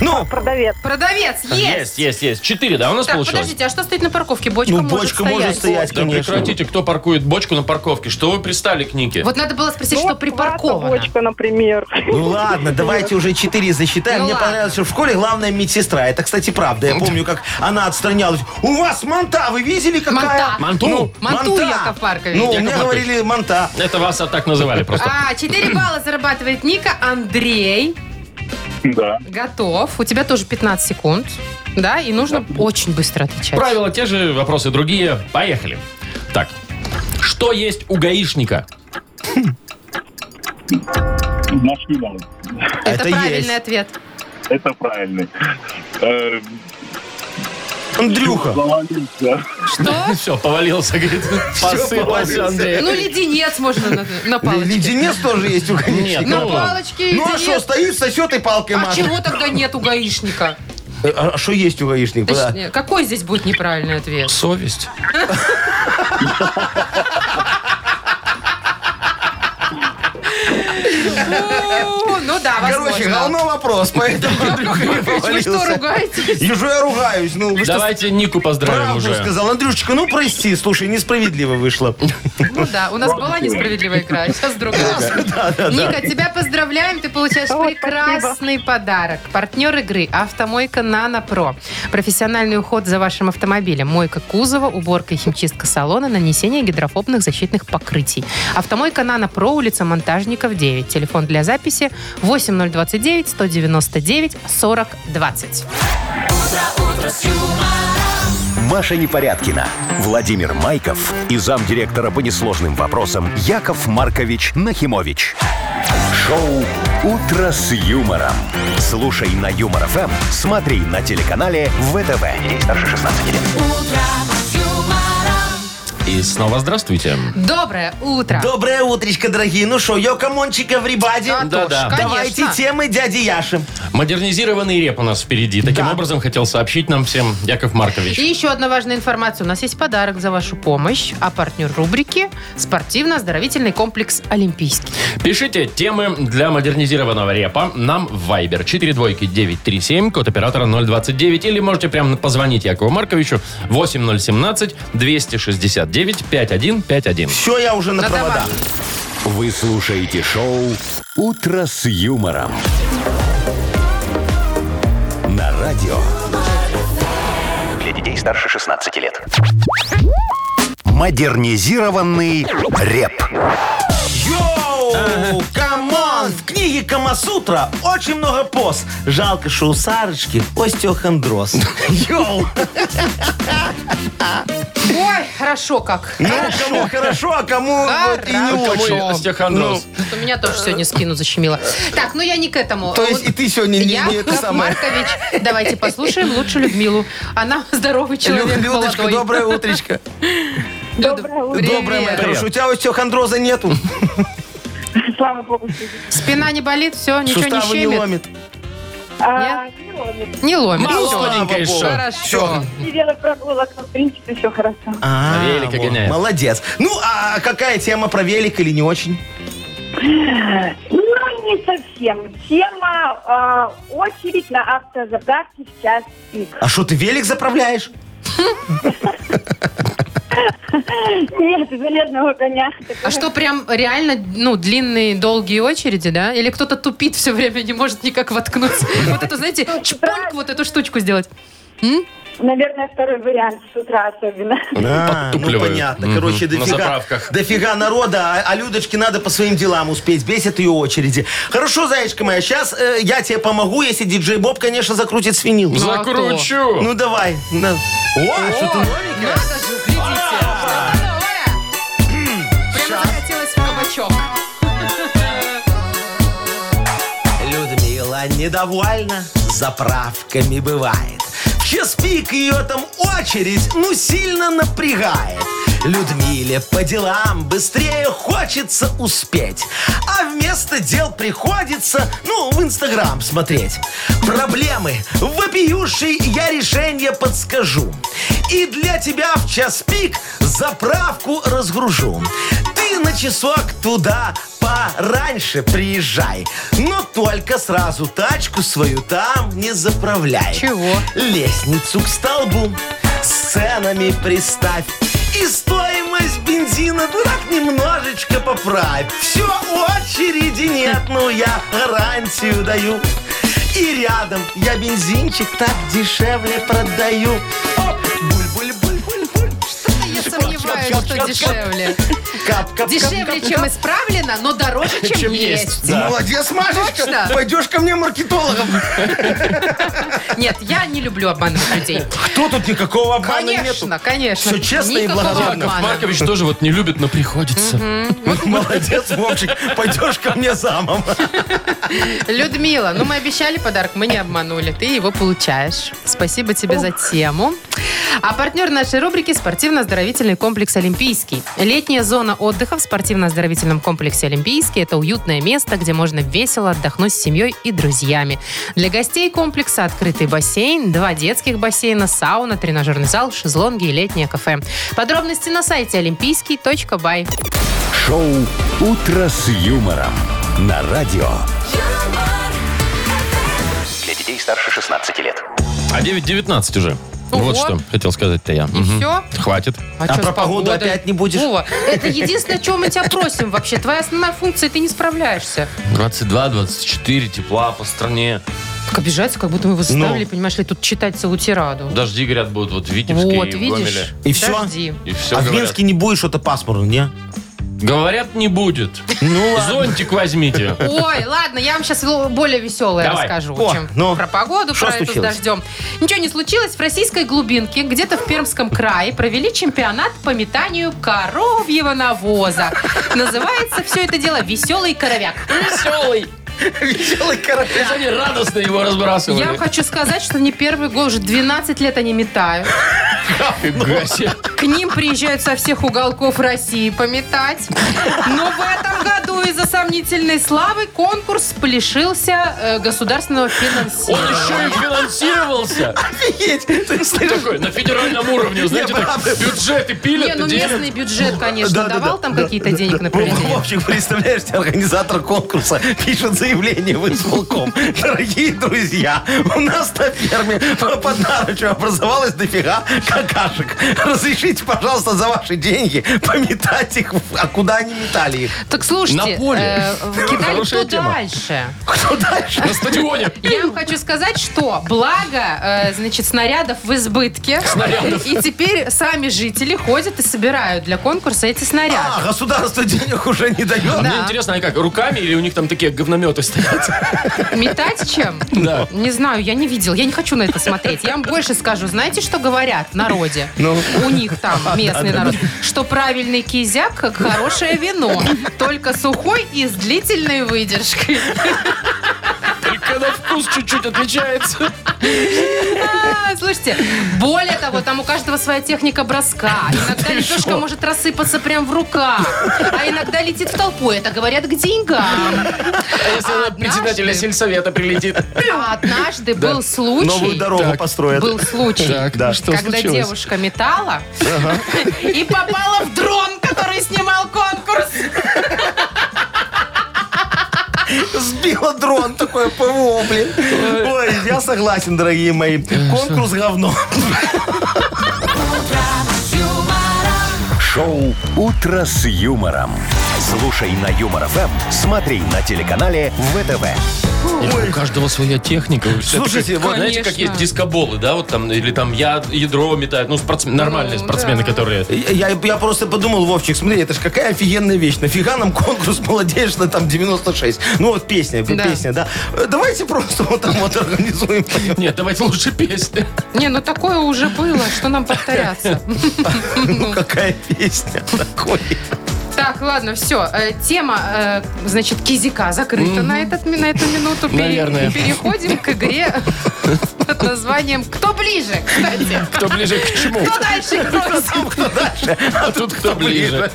I: Ну,
G: Продавец.
C: Продавец, есть.
B: есть, есть. есть. Четыре, да, у нас
C: Так,
B: получилось?
C: подождите, а что стоит на парковке? Бочка
I: ну,
C: может
I: бочка
C: стоять.
I: может стоять,
B: Да
I: конечно.
B: прекратите, кто паркует бочку на парковке. Что вы пристали к Нике?
C: Вот надо было спросить, что
G: Ну, вата
C: припарковано.
G: Бочка, например.
I: Ну ладно, давайте уже 4 засчитаем.
C: Ну
I: Мне
C: ладно.
I: понравилось, что в школе главная медсестра. Это, кстати, правда. Я помню, как она отстранялась. У вас манта, вы видели какая?
C: Манта.
B: Манту?
I: Ну,
C: Манту,
I: манта.
C: Яков Маркович.
I: Ну,
B: Яков
I: мне
B: Маркович.
I: говорили манта.
B: Это вас а, так называли просто.
C: А, 4 балла зарабатывает Ника. Андрей,
D: Да.
C: готов. У тебя тоже 15 секунд. Да, и нужно очень быстро отвечать.
B: Правила те же, вопросы другие. Поехали. Так, что есть у гаишника? *laughs*
D: Машина.
C: Это,
I: это
C: правильный
I: есть.
C: ответ.
D: Это правильный. Э,
I: Андрюха.
D: завалился.
C: Что?
B: Все, повалился, говорит. Посыпался,
I: повалился.
B: Андрей.
C: Ну, леденец можно на, на палочке.
I: Э, Леденец тоже есть у
B: Нет,
I: гаишника.
C: На
B: ну,
C: палочке
I: Ну а
C: леденец.
I: что, стоит, сосет и палкой
C: А
I: машет.
C: чего тогда нет у гаишника?
I: Э, А что есть у гаишника? да?
C: Точнее, какой здесь будет неправильный ответ?
B: Совесть.
C: О, Ну да,
I: Короче,
C: возможно.
I: говно вопрос, поэтому Андрюха не
C: Вы что,
I: повалился.
C: ругаетесь?
I: Ежу я ругаюсь. Ну, вы что,
B: Давайте Нику поздравим
I: правду
B: уже.
I: сказал. Андрюшечка, ну прости, слушай,
C: *laughs*
I: несправедливо вышло.
C: Ну да, у нас была несправедливая игра, а сейчас другая. Ника, тебя поздравляем, ты получаешь
G: О,
C: прекрасный подарок. Партнер игры «Автомойка Нано Про». Профессиональный уход за вашим автомобилем. Мойка кузова, уборка и химчистка салона, нанесение гидрофобных защитных покрытий. Автомойка Нано Про, улица Монтажников, 9. Телефон для записи 8029 199 4020.
A: Маша Непорядкина, Владимир Майков и замдиректора по несложным вопросам Яков Маркович Нахимович. Шоу «Утро с юмором». Слушай на Юмор ФМ, смотри на телеканале ВТВ. Здесь старше 16 лет.
B: И снова здравствуйте.
C: Доброе утро.
I: Доброе утречко, дорогие. Ну что, йо, камончика в рибаде.
C: Да,
B: Да-да.
C: Тош, конечно.
I: Давайте темы дяди Яши.
B: Модернизированный реп у нас впереди. Таким
I: Да.
B: образом, хотел сообщить нам всем Яков
C: И
B: Маркович.
C: еще одна важная информация. У нас есть подарок за вашу помощь, а партнер рубрики – спортивно-оздоровительный комплекс «Олимпийский».
B: Пишите темы для модернизированного репа нам в Viber 42937, код оператора 029, или можете прямо позвонить Якову Марковичу 8017 269 5151.
I: Все, я уже на
C: На
I: провода.
C: домах.
A: Вы слушаете шоу «Утро с юмором». На радио
F: Для детей старше 16 лет.
A: «Модернизированный реп».
I: Йоу! Камон! В книге Камасутра очень много поз. Жалко, что у Сарочки
C: *laughs*
I: остеохондроз. Йоу!
C: Ой, хорошо как.
I: Ну, кому хорошо, а кому вот и не
B: Кому
I: очень.
B: остеохондроз?
I: Ну,
C: У меня тоже сегодня спину защемило. Так, ну я не к этому.
I: То есть
C: Вот
I: и ты сегодня не-
C: Я,
I: не это
C: Яков
I: самое.
C: Маркович, давайте послушаем лучше Людмилу. Она *laughs* здоровый
I: Лю-
C: человек,
I: Людочка,
C: молодой.
I: доброе утречко.
C: Люд,
G: Доброе
C: *laughs*
G: утро.
C: привет.
I: Доброе, моя хорошая. У тебя остеохондроза нету.
G: Слава богу. что-
C: Спина не болит, все, ничего не
I: Суставы не
C: щемит.
I: ломит.
G: А, не ломит.
C: Не ломит.
B: Ну,
C: всё.
B: сладенькое
I: слава
B: еще.
C: Хорошо.
I: Всё.
G: Неделя прогулок, но в принципе все хорошо.
I: А,
B: велика
I: вот,
B: гоняет.
I: Молодец. Ну, а какая тема про велик или не очень?
G: Ну, не совсем. Тема э, очередь на автозаправке в час пик.
I: А что ты велик заправляешь?
G: Нет, железного коня.
C: А что, прям реально, ну, длинные, долгие очереди, да? Или кто-то тупит все время, не может никак воткнуться? Вот эту, знаете, чпоньк, вот эту штучку сделать.
G: Наверное, второй вариант с утра особенно.
I: А, ну
B: Подтупливают.
I: понятно.
B: Мгм.
I: Короче,
B: На
I: дофига,
B: заправках.
I: дофига народа, а, а Людочке надо по своим делам успеть. Бесит ее очереди. Хорошо, зайчка моя, сейчас я тебе помогу, если диджей Боб, конечно, закрутит свинил.
C: Ну, а
B: Закручу.
I: Ну давай. на. О, что ты новенькая?
C: Надо же, глядите, что-то новое. Прямо захотелось в кабачок.
I: Людмила недовольна, заправками бывает. В час пик ее там очередь, ну, сильно напрягает. Людмиле по делам быстрее хочется успеть, а вместо дел приходится, ну, в Инстаграм смотреть. Проблемы вопиющие я решение подскажу. И для тебя в час пик заправку разгружу. Ты на часок туда пораньше приезжай, но только сразу тачку свою там не заправляй.
C: Чего?
I: Лестницу к столбу с ценами приставь. И стоимость бензина дурак немножечко поправь. Все, очереди нет, ну я гарантию даю. И рядом я бензинчик так дешевле продаю. Оп, буль-буль-буль-буль-буль.
C: Что-то я сомневаюсь, что дешевле.
I: Кап-кап-кап-кап.
C: Дешевле, чем исправлено, но дороже, чем,
B: Чем есть.
C: есть.
I: Молодец, Машечка.
C: Точно.
I: Пойдешь ко мне маркетологом.
C: Нет, я не люблю обманывать людей.
I: Кто тут никакого обмана нету?
C: Конечно, конечно.
I: Всё честно и
C: Никакого
I: благородно.
B: Яков
C: обмана.
B: Маркович тоже вот не любит, но приходится.
I: Молодец, Вовчик. Пойдешь ко мне замом.
C: Людмила, ну мы обещали подарок, мы не обманули. Ты его получаешь. Спасибо тебе за тему. А партнер нашей рубрики – спортивно-оздоровительный комплекс «Олимпийский». Летняя зона отдыха в спортивно-оздоровительном комплексе «Олимпийский» – это уютное место, где можно весело отдохнуть с семьей и друзьями. Для гостей комплекса открытый бассейн, два детских бассейна, сауна, тренажерный зал, шезлонги и летнее кафе. Подробности на сайте олимпийский.бай.
A: Шоу «Утро с юмором» на радио.
F: Для детей старше 16 лет.
B: А 9.19 уже.
C: Ого.
B: Вот что хотел сказать-то я.
C: И
B: Мгм.
C: все?
B: Хватит.
I: А
C: чё
I: про
C: с
I: погоду
C: погодой?
I: опять не будешь?
C: Вова, это единственное, о чем мы тебя просим вообще. Твоя основная функция, ты не справляешься.
B: 22-24, тепла по стране.
C: Так обижается, как будто мы его заставили,
I: Ну.
C: понимаешь ли, тут читать целую тираду.
B: Дожди, говорят, будут вот в Витебске
C: Вот,
B: и в
C: видишь?
B: Гомеле.
I: И всё?
C: Дожди.
B: И все
I: А в
B: говорят.
I: Минске не будет что-то пасмурно, не?
B: Говорят, не будет.
I: Ну
B: Зонтик возьмите.
C: Ой, ладно, я вам сейчас более веселое
B: Давай.
C: расскажу,
I: О,
C: чем
I: ну,
C: про погоду,
I: что
C: про эту с
I: случилось?
C: дождем. Ничего не случилось. В российской глубинке, где-то в Пермском крае, провели чемпионат по метанию коровьего навоза. Называется все это дело «Веселый коровяк».
B: Веселый.
I: Веселый корабля.
B: Они радостно его
C: Я
B: *laughs*
C: вам
B: разбрасывали.
C: хочу сказать, что не первый год, уже 12 лет они метают.
B: Фига себе.
C: К ним приезжают со всех уголков России пометать. Но в этом году из-за сомнительной славы конкурс полишился э, государственного
B: Он
C: финансирования.
B: еще и финансировался.
I: Офигеть. Ты слышишь?
B: Такой, на федеральном уровне, знаете,
I: Не,
B: так
I: правда.
B: бюджеты пилят.
C: Не, ну
B: денег-
C: местный бюджет, конечно,
I: Да-да-да.
C: давал там какие-то денег на
I: ну, В
C: проведение.
I: общем, представляешь, тебе организатор конкурса пишет заявление в исполком. Дорогие друзья, у нас на ферме по подарочу образовалось дофига какашек. Разрешите разрешите, пожалуйста, за ваши деньги пометать их, в- а куда они метали их?
C: Так слушайте,
B: На поле.
C: э, кидали
B: Хорошая
C: кто
B: тема.
C: дальше?
I: Кто дальше?
B: На стадионе.
C: Я вам хочу сказать, что благо, э, значит, снарядов в избытке.
B: Снарядов.
C: И теперь сами жители ходят и собирают для конкурса эти
I: А,
C: снаряды.
I: государство денег уже не дает?
B: Мне интересно, они как, руками или у них там такие говнометы стоят?
C: Метать чем?
B: Да.
C: Не знаю, я не видел, я не хочу на это смотреть. Я вам больше скажу, знаете, что говорят в народе?
B: Ну.
C: У них
B: *laughs*
C: там, местный народ, что правильный кизяк, как хорошее вино, только сухой и с длительной выдержкой.
B: Только на вкус чуть-чуть отличается.
C: А, Слушайте, более того, там у каждого своя техника броска. Иногда лепешка может рассыпаться прям в руках, а иногда летит в толпу. Это говорят к деньгам.
B: А если она
C: Однажды-
B: председателя сельсовета прилетит?
C: А однажды был
I: Новую
C: случай.
I: дорогу построят.
C: Был случай,
I: Да.
B: ну что
C: когда девушка метала и попала в дрон, который снимал конкурс.
I: Сбила дрон такое ПВО, блин. Ой, я согласен, дорогие мои. Конкурс говно.
A: Шоу «Утро с юмором». Слушай на Юмор ФМ, смотри на телеканале ВТВ.
B: У каждого своя техника.
I: Слушайте,
B: Это как-
I: вот-
B: знаете, как
C: Конечно.
B: есть дискоболы, да, вот там, или там я ядро метают, ну, спортсмен- нормальные
C: Ну,
B: спортсмены,
C: да.
B: которые...
I: Я, я просто подумал, Вовчик, смотри, это ж какая офигенная вещь. Нафига нам конкурс молодежный там 96? Ну вот песня,
C: Да.
I: песня, да. Э, Давайте просто вот там вот организуем.
B: Нет, давайте лучше песни.
C: Не, ну такое уже было, что нам повторяться.
I: Ну какая песня такой.
C: Так, ладно, все. Тема, э, значит, кизика закрыта на, этот, ми- на эту минуту. Пере-
B: Наверное.
C: Переходим к игре под названием «Кто ближе?». Кстати,
B: Кто ближе к чему?
C: кто дальше кросс?
B: А тут кто ближе?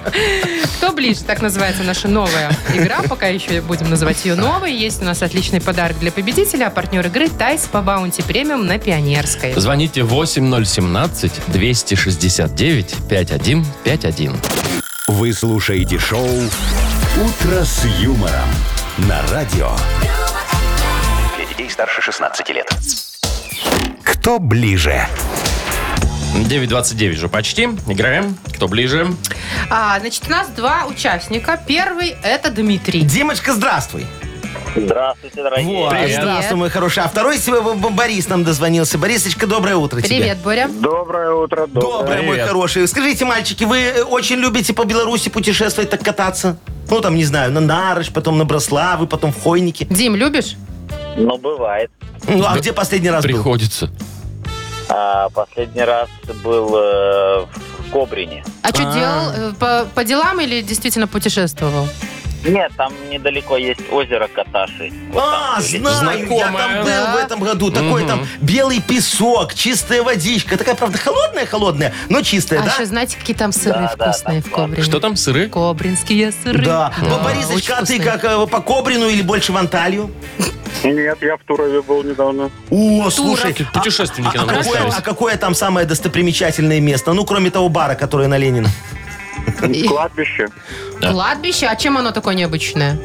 C: Кто ближе? Так называется наша новая игра. Пока еще будем называть ее новой. Есть у нас отличный подарок для победителя, а партнер игры «Тайс» по баунти премиум на Пионерской.
B: Звоните 8017-269-5151.
A: Вы слушаете шоу «Утро с юмором» на радио.
F: Для детей старше 16 лет.
A: Кто ближе?
B: 9.29 же почти. Играем. Кто ближе?
C: А, значит, у нас два участника. Первый – это Дмитрий.
I: Димочка, здравствуй.
E: Здравствуйте, дорогие.
I: Вот,
B: Привет.
I: Здравствуй, мой хороший. А второй себе Б- Б- Борис нам дозвонился. Борисочка, доброе утро тебе.
C: Привет, Боря.
D: Доброе утро,
I: Доброе, мой
B: Привет.
I: хороший. Скажите, мальчики, вы э, очень любите по Беларуси путешествовать, так кататься? Ну, там, не знаю, на Нарыш, потом на Брославы, потом в Хойники.
C: Дим, любишь?
E: Но бывает.
I: Ну, а где последний раз был?
B: Приходится.
E: А, последний раз был э, в Кобрине.
C: А что делал? Э, По, по делам или действительно путешествовал?
E: Нет, там недалеко есть озеро Каташи. Вот
I: А,
E: там были.
I: знаю, я там
B: Знакомая.
I: был
C: Да.
I: в этом году. Такой там белый песок, чистая водичка. Такая, правда, холодная-холодная, но чистая,
C: а
I: да?
C: еще знаете, какие там сыры
E: Да, да,
C: вкусные
E: там
C: в Кобрине?
B: Что там, сыры?
C: Кобринские сыры.
I: Да. Бо-
C: очень
I: Борисочка, а ты
C: вкусные.
I: как э, по Кобрину или больше в Анталию?
D: Нет, я в Турове был недавно.
I: О, слушай,
B: Тут
I: а-
B: путешественники
I: а,
B: нам
I: какое,
B: достались.
I: а какое там самое достопримечательное место? Ну, кроме того бара, который на Ленина.
C: И-
D: Кладбище.
B: Да.
C: Кладбище? А чем оно такое необычное?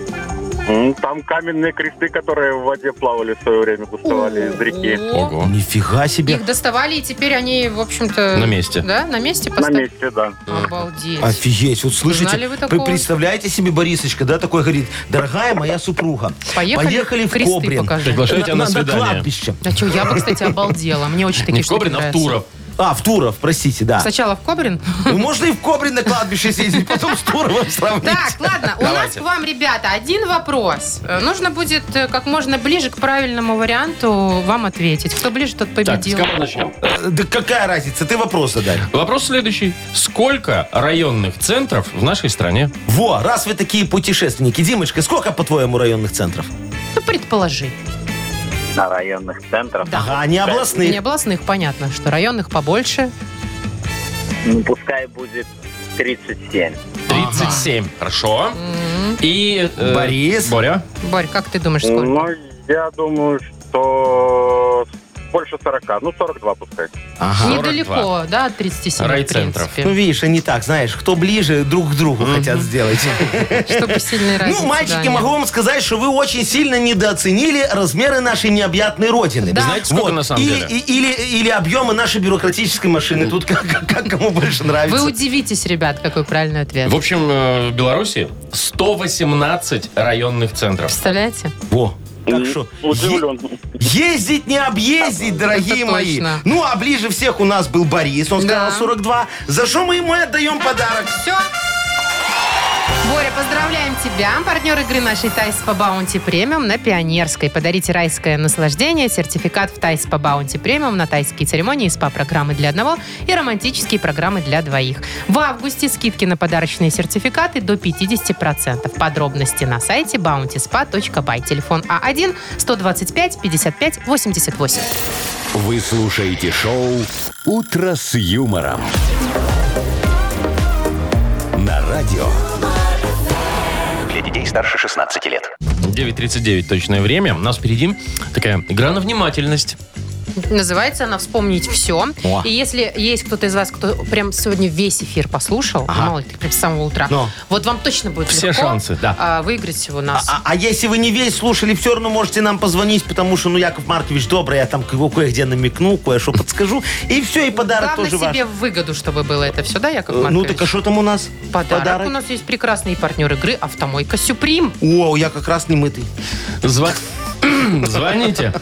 D: М, Там каменные кресты, которые в воде плавали в свое время, пустовали из реки.
C: О,
I: Нифига себе.
C: Их доставали, и теперь они, в общем-то...
B: На месте.
C: Да, на месте
D: На
C: поставили.
D: месте, да.
C: Обалдеть.
I: А Офигеть, вот слышите,
C: Знали вы
I: вы
C: такого?
I: представляете себе, Борисочка, да, такой говорит, дорогая моя супруга,
C: Поехали,
I: в
C: кресты
I: Кобрин.
C: покажем.
B: Приглашайте на свидание.
I: кладбище.
C: А что, я бы, кстати, обалдела. Мне очень такие
B: Не в
C: штуки
B: Кобрин, а в
C: нравятся.
B: Туров.
I: А, в Туров, простите, да.
C: Сначала в Кобрин?
I: Ну, можно и в Кобрин на кладбище съездить, потом с Туровым сравнить.
C: Так,
I: *laughs*
C: ладно, у нас
B: Давайте.
C: к вам, ребята, один вопрос. Э, Нужно будет э, как можно ближе к правильному варианту вам ответить. Кто ближе, тот
B: Так, с
C: победил.
B: кого начнем?
I: Э, Да какая разница, ты вопрос задай.
B: Вопрос следующий. Сколько районных центров в нашей стране?
I: Во, раз вы такие путешественники. Димочка, сколько, по-твоему, районных центров?
C: Ну, предположи.
E: На районных центрах.
I: Ага, не областных.
C: Не областных, понятно, что районных побольше.
E: Ну, пускай будет 37.
B: 37. Хорошо. И... э,
I: Борис.
B: Боря.
C: Борь, как ты думаешь, сколько?
D: Ну, я думаю, что больше 40, ну 42 пускай.
I: Ага.
B: 42.
C: Недалеко, да, от 37, в
B: Райцентров.
I: Ну,
C: принципе.
I: видишь, они так, знаешь, кто ближе друг к другу хотят сделать.
C: Чтобы сильной разницы.
I: *laughs* Ну,
C: да,
I: мальчики,
C: нет.
I: могу вам сказать, что вы очень сильно недооценили размеры нашей необъятной родины.
C: Да.
B: Знаете, сколько на самом
I: или,
B: деле?
I: и- Или, или объемы нашей бюрократической машины. Тут как, как- как кому больше нравится.
C: Вы удивитесь, ребят, какой правильный ответ.
B: В общем, э, в Беларуси 118 районных центров.
C: Представляете?
I: Во. Так что,
D: Удивлен.
I: е- ездить не объездить, дорогие
C: А, Это
I: мои.
C: точно.
I: Ну, а ближе всех у нас был Борис, он
C: Да.
I: сказал 42. За что мы ему и
C: *laughs*
I: отдаем подарок?
C: Все. Боря, поздравляем тебя. Партнер игры нашей Тайс по Баунти Премиум на Пионерской. Подарите райское наслаждение, сертификат в Тайс по Баунти Премиум на тайские церемонии, СПА-программы для одного и романтические программы для двоих. В августе скидки на подарочные сертификаты до 50%. Подробности на сайте bountyspa.by. Телефон А А1 125 55 88.
A: Вы слушаете шоу «Утро с юмором». На радио.
F: Для детей старше 16 лет.
B: 9.39 точное время. У нас впереди такая игра на внимательность.
C: Называется она «Вспомнить все».
I: О.
C: И если есть кто-то из вас, кто прям сегодня весь эфир послушал, мало ли, прям с самого утра,
I: Но.
C: вот вам точно будет
B: Все
C: легко,
B: шансы, да.
C: а, выиграть у нас.
I: А, а если вы не весь слушали, все равно можете нам позвонить, потому что, ну, Яков Маркович добрый, я там ко- кое-где намекну, кое-что подскажу, и все, и подарок
C: Главное
I: тоже ваш.
C: себе в выгоду, чтобы было это все, да, Яков
I: Э,
C: Маркович?
I: Ну, так а что там у нас?
C: Подарок. У нас есть прекрасный партнер игры «Автомойка Сюприм».
I: О, я как раз не мытый.
B: Зва- *clears throat* Звоните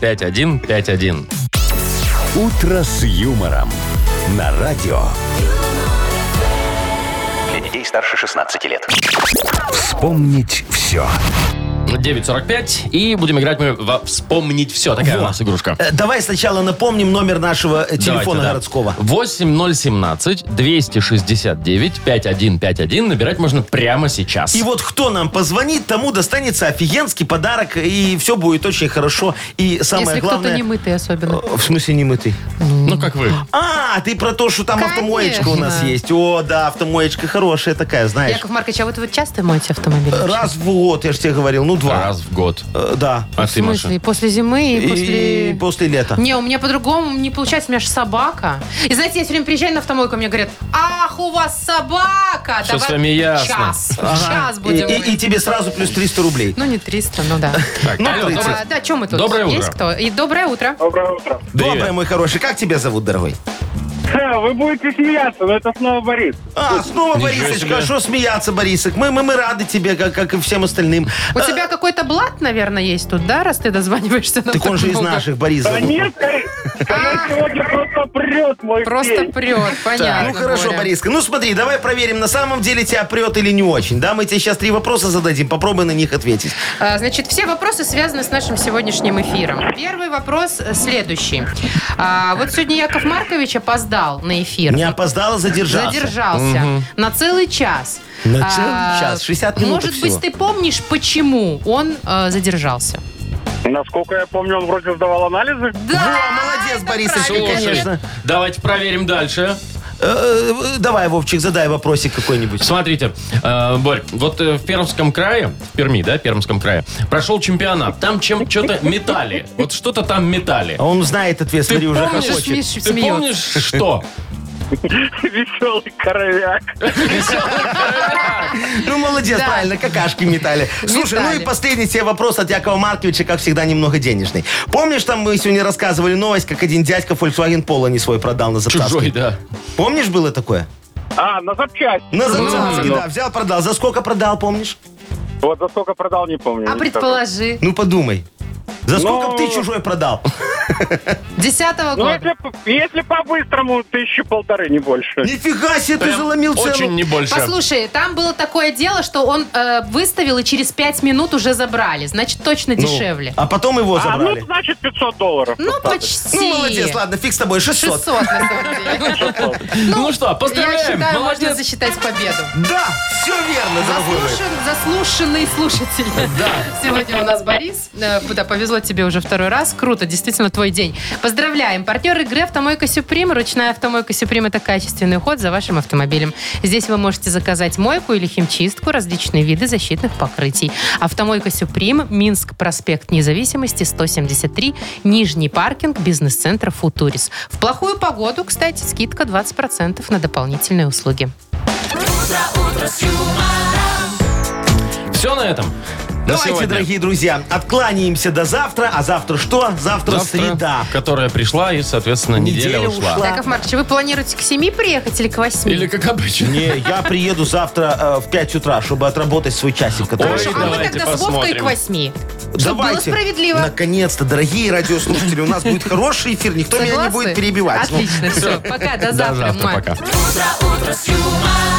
B: 8017-269-5151.
A: «Утро с юмором». На радио.
F: Для детей старше 16 лет.
A: Вспомнить все.
B: 9.45. И будем играть мы во «Вспомнить все». Такая у нас игрушка.
I: Э, Давай сначала напомним номер нашего э, телефона
B: Давайте, да.
I: городского.
B: 8017-269-5151. Набирать можно прямо сейчас.
I: И вот кто нам позвонит, тому достанется офигенский подарок, и все будет очень хорошо. И самое
C: если кто-то
I: главное...
C: не мытый особенно.
I: Э, В смысле не мытый?
B: Ну, как вы?
I: А, ты про то, что там автомоечка у нас
C: Конечно.
I: есть. О, да, автомоечка хорошая такая, знаешь.
C: Яков Маркович, а вот вы часто моете автомобиль?
I: Э, Раз в год, я же тебе говорил, ну два.
B: Раз в год.
I: Э, да.
B: А
C: В
B: ты, Маша?
C: смысле? И после зимы, и после...
I: И после лета.
C: Не, у меня по-другому не получается, у меня же собака. И знаете, я все время приезжаю на автомойку, мне говорят, ах, у вас собака!
B: Всё
C: Давай
B: с вами ясно».
C: Час,
I: Ага.
C: час
I: И,
C: будем.
I: и- и тебе сразу плюс 300 рублей.
C: Ну, не 300, ну да.
B: Так,
I: Ну,
B: алло,
I: *laughs* тридцать.
B: доброе-
C: А, Да, чем мы тут?
B: Доброе утро.
C: Есть кто? И доброе утро.
D: Доброе утро.
B: привет.
I: Добрый мой хороший, как тебя зовут, дорогой?
D: Вы будете смеяться, но это снова Борис.
I: А, снова
B: Ничего себе.
I: Борисочка, а что смеяться, Борисок? Мы, мы, мы рады тебе, как, как и всем остальным.
C: У
I: Э,
C: тебя какой-то блат, наверное, есть тут, да, раз ты дозваниваешься на
I: Так он же из наших, Борис.
D: Да
I: зовут.
D: нет, Борис, она сегодня просто прет мой
C: Просто
D: пень.
C: прет,
I: Так,
C: понятно.
I: ну хорошо,
C: Боря.
I: Бориска. Ну смотри, давай проверим, на самом деле тебя прет или не очень. Да, мы тебе сейчас три вопроса зададим, попробуй на них ответить.
C: А, Значит, все вопросы связаны с нашим сегодняшним эфиром. Первый вопрос э, следующий. А, вот сегодня Яков Маркович опоздал на эфир.
I: Не опоздала, задержался.
C: задержался на целый час. А,
I: На целый час, 60 минут
C: Может
I: всего.
C: быть, ты помнишь, почему он э, задержался?
D: Насколько я помню, он вроде сдавал анализы. *laughs*
I: Во, молодец,
C: это
I: Борисочка,
C: правильно.
B: Слушай,
I: конечно.
B: Давайте проверим дальше.
I: Э, э, Давай, Вовчик, задай вопросик какой-нибудь.
B: Смотрите, э, Борь, вот э, в Пермском крае, в Перми, да, Пермском крае, прошел чемпионат. Там
C: *laughs*
B: чем что-то метали. Вот что-то там метали.
I: А он знает ответ,
B: Ты
I: смотри, уже
B: помнишь,
I: хохочет.
C: Миш
B: Ты
C: смеется.
B: помнишь, что?
D: Веселый коровяк.
I: Ну, молодец,
C: Да.
I: правильно, какашки метали. Слушай, ну
C: Метали.
I: и последний тебе вопрос от Якова Марковича, как всегда, немного денежный. Помнишь, там мы сегодня рассказывали новость, как один дядька Volkswagen Polo не свой продал на заправке?
B: Чужой, да.
I: Помнишь, было такое?
D: А, на запчасти.
I: На заправке,
D: ну.
I: да, взял, продал. За сколько продал, помнишь?
D: Вот за сколько продал, не помню.
C: А предположи,
I: Ну, подумай. За сколько
D: Ну,
I: б ты чужой
B: *laughs*
I: продал?
C: 10
D: Ну,
C: года.
D: если, если по-быстрому, тысячи полторы, не больше.
I: Нифига себе, ты
B: Прям
I: заломил
B: Очень
I: цену.
B: не больше.
C: Послушай, там было такое дело, что он э, выставил и через 5 минут уже забрали. Значит, точно
I: Ну,
C: дешевле.
I: А потом его
D: А, ну,
I: забрали.
D: значит, 500 долларов.
C: Ну, почти.
I: Ну, молодец, ладно, фиг с тобой, 600.
C: 600, на самом деле.
B: Ну что,
C: Я
B: поздравляем.
C: считаю, можно
B: Молодец.
C: засчитать победу.
I: Да, все верно, дорогой мой.
C: Заслушан, заслушанный слушатель. Сегодня у нас Борис. Э, Да, повезло тебе уже второй раз. Круто, действительно, твой день. Поздравляем! Партнер игры «Автомойка Сюприм». Ручная «Автомойка Сюприм» — это качественный уход за вашим автомобилем. Здесь вы можете заказать мойку или химчистку, различные виды защитных покрытий. «Автомойка Сюприм», Минск, проспект Независимости, 173, Нижний паркинг, бизнес-центр «Футурис». В плохую погоду, кстати, скидка 20% на дополнительные услуги.
B: Все на этом. На
I: Давайте,
B: сегодня.
I: дорогие друзья, откланяемся до завтра. А завтра что?
B: Завтра,
I: Завтра, среда.
B: которая пришла, и, соответственно, неделя,
I: Неделя
B: ушла.
I: ушла.
C: Яков Маркович, а вы планируете к 7 приехать или к 8?
B: Или как обычно.
I: Не, я приеду завтра э, в 5 утра, чтобы отработать свой часик, который...
B: Ой,
C: Хорошо, а мы
B: давайте
C: тогда с Вовкой
B: посмотрим.
C: к 8. Чтобы было справедливо.
I: Наконец-то, дорогие радиослушатели, у нас будет хороший эфир, никто меня не
C: Согласны?
I: будет перебивать. Ну,
C: Отлично, все, пока, до
B: До
C: завтра.
B: завтра,
C: Мать.
B: пока.
H: Утро, утро с юмором.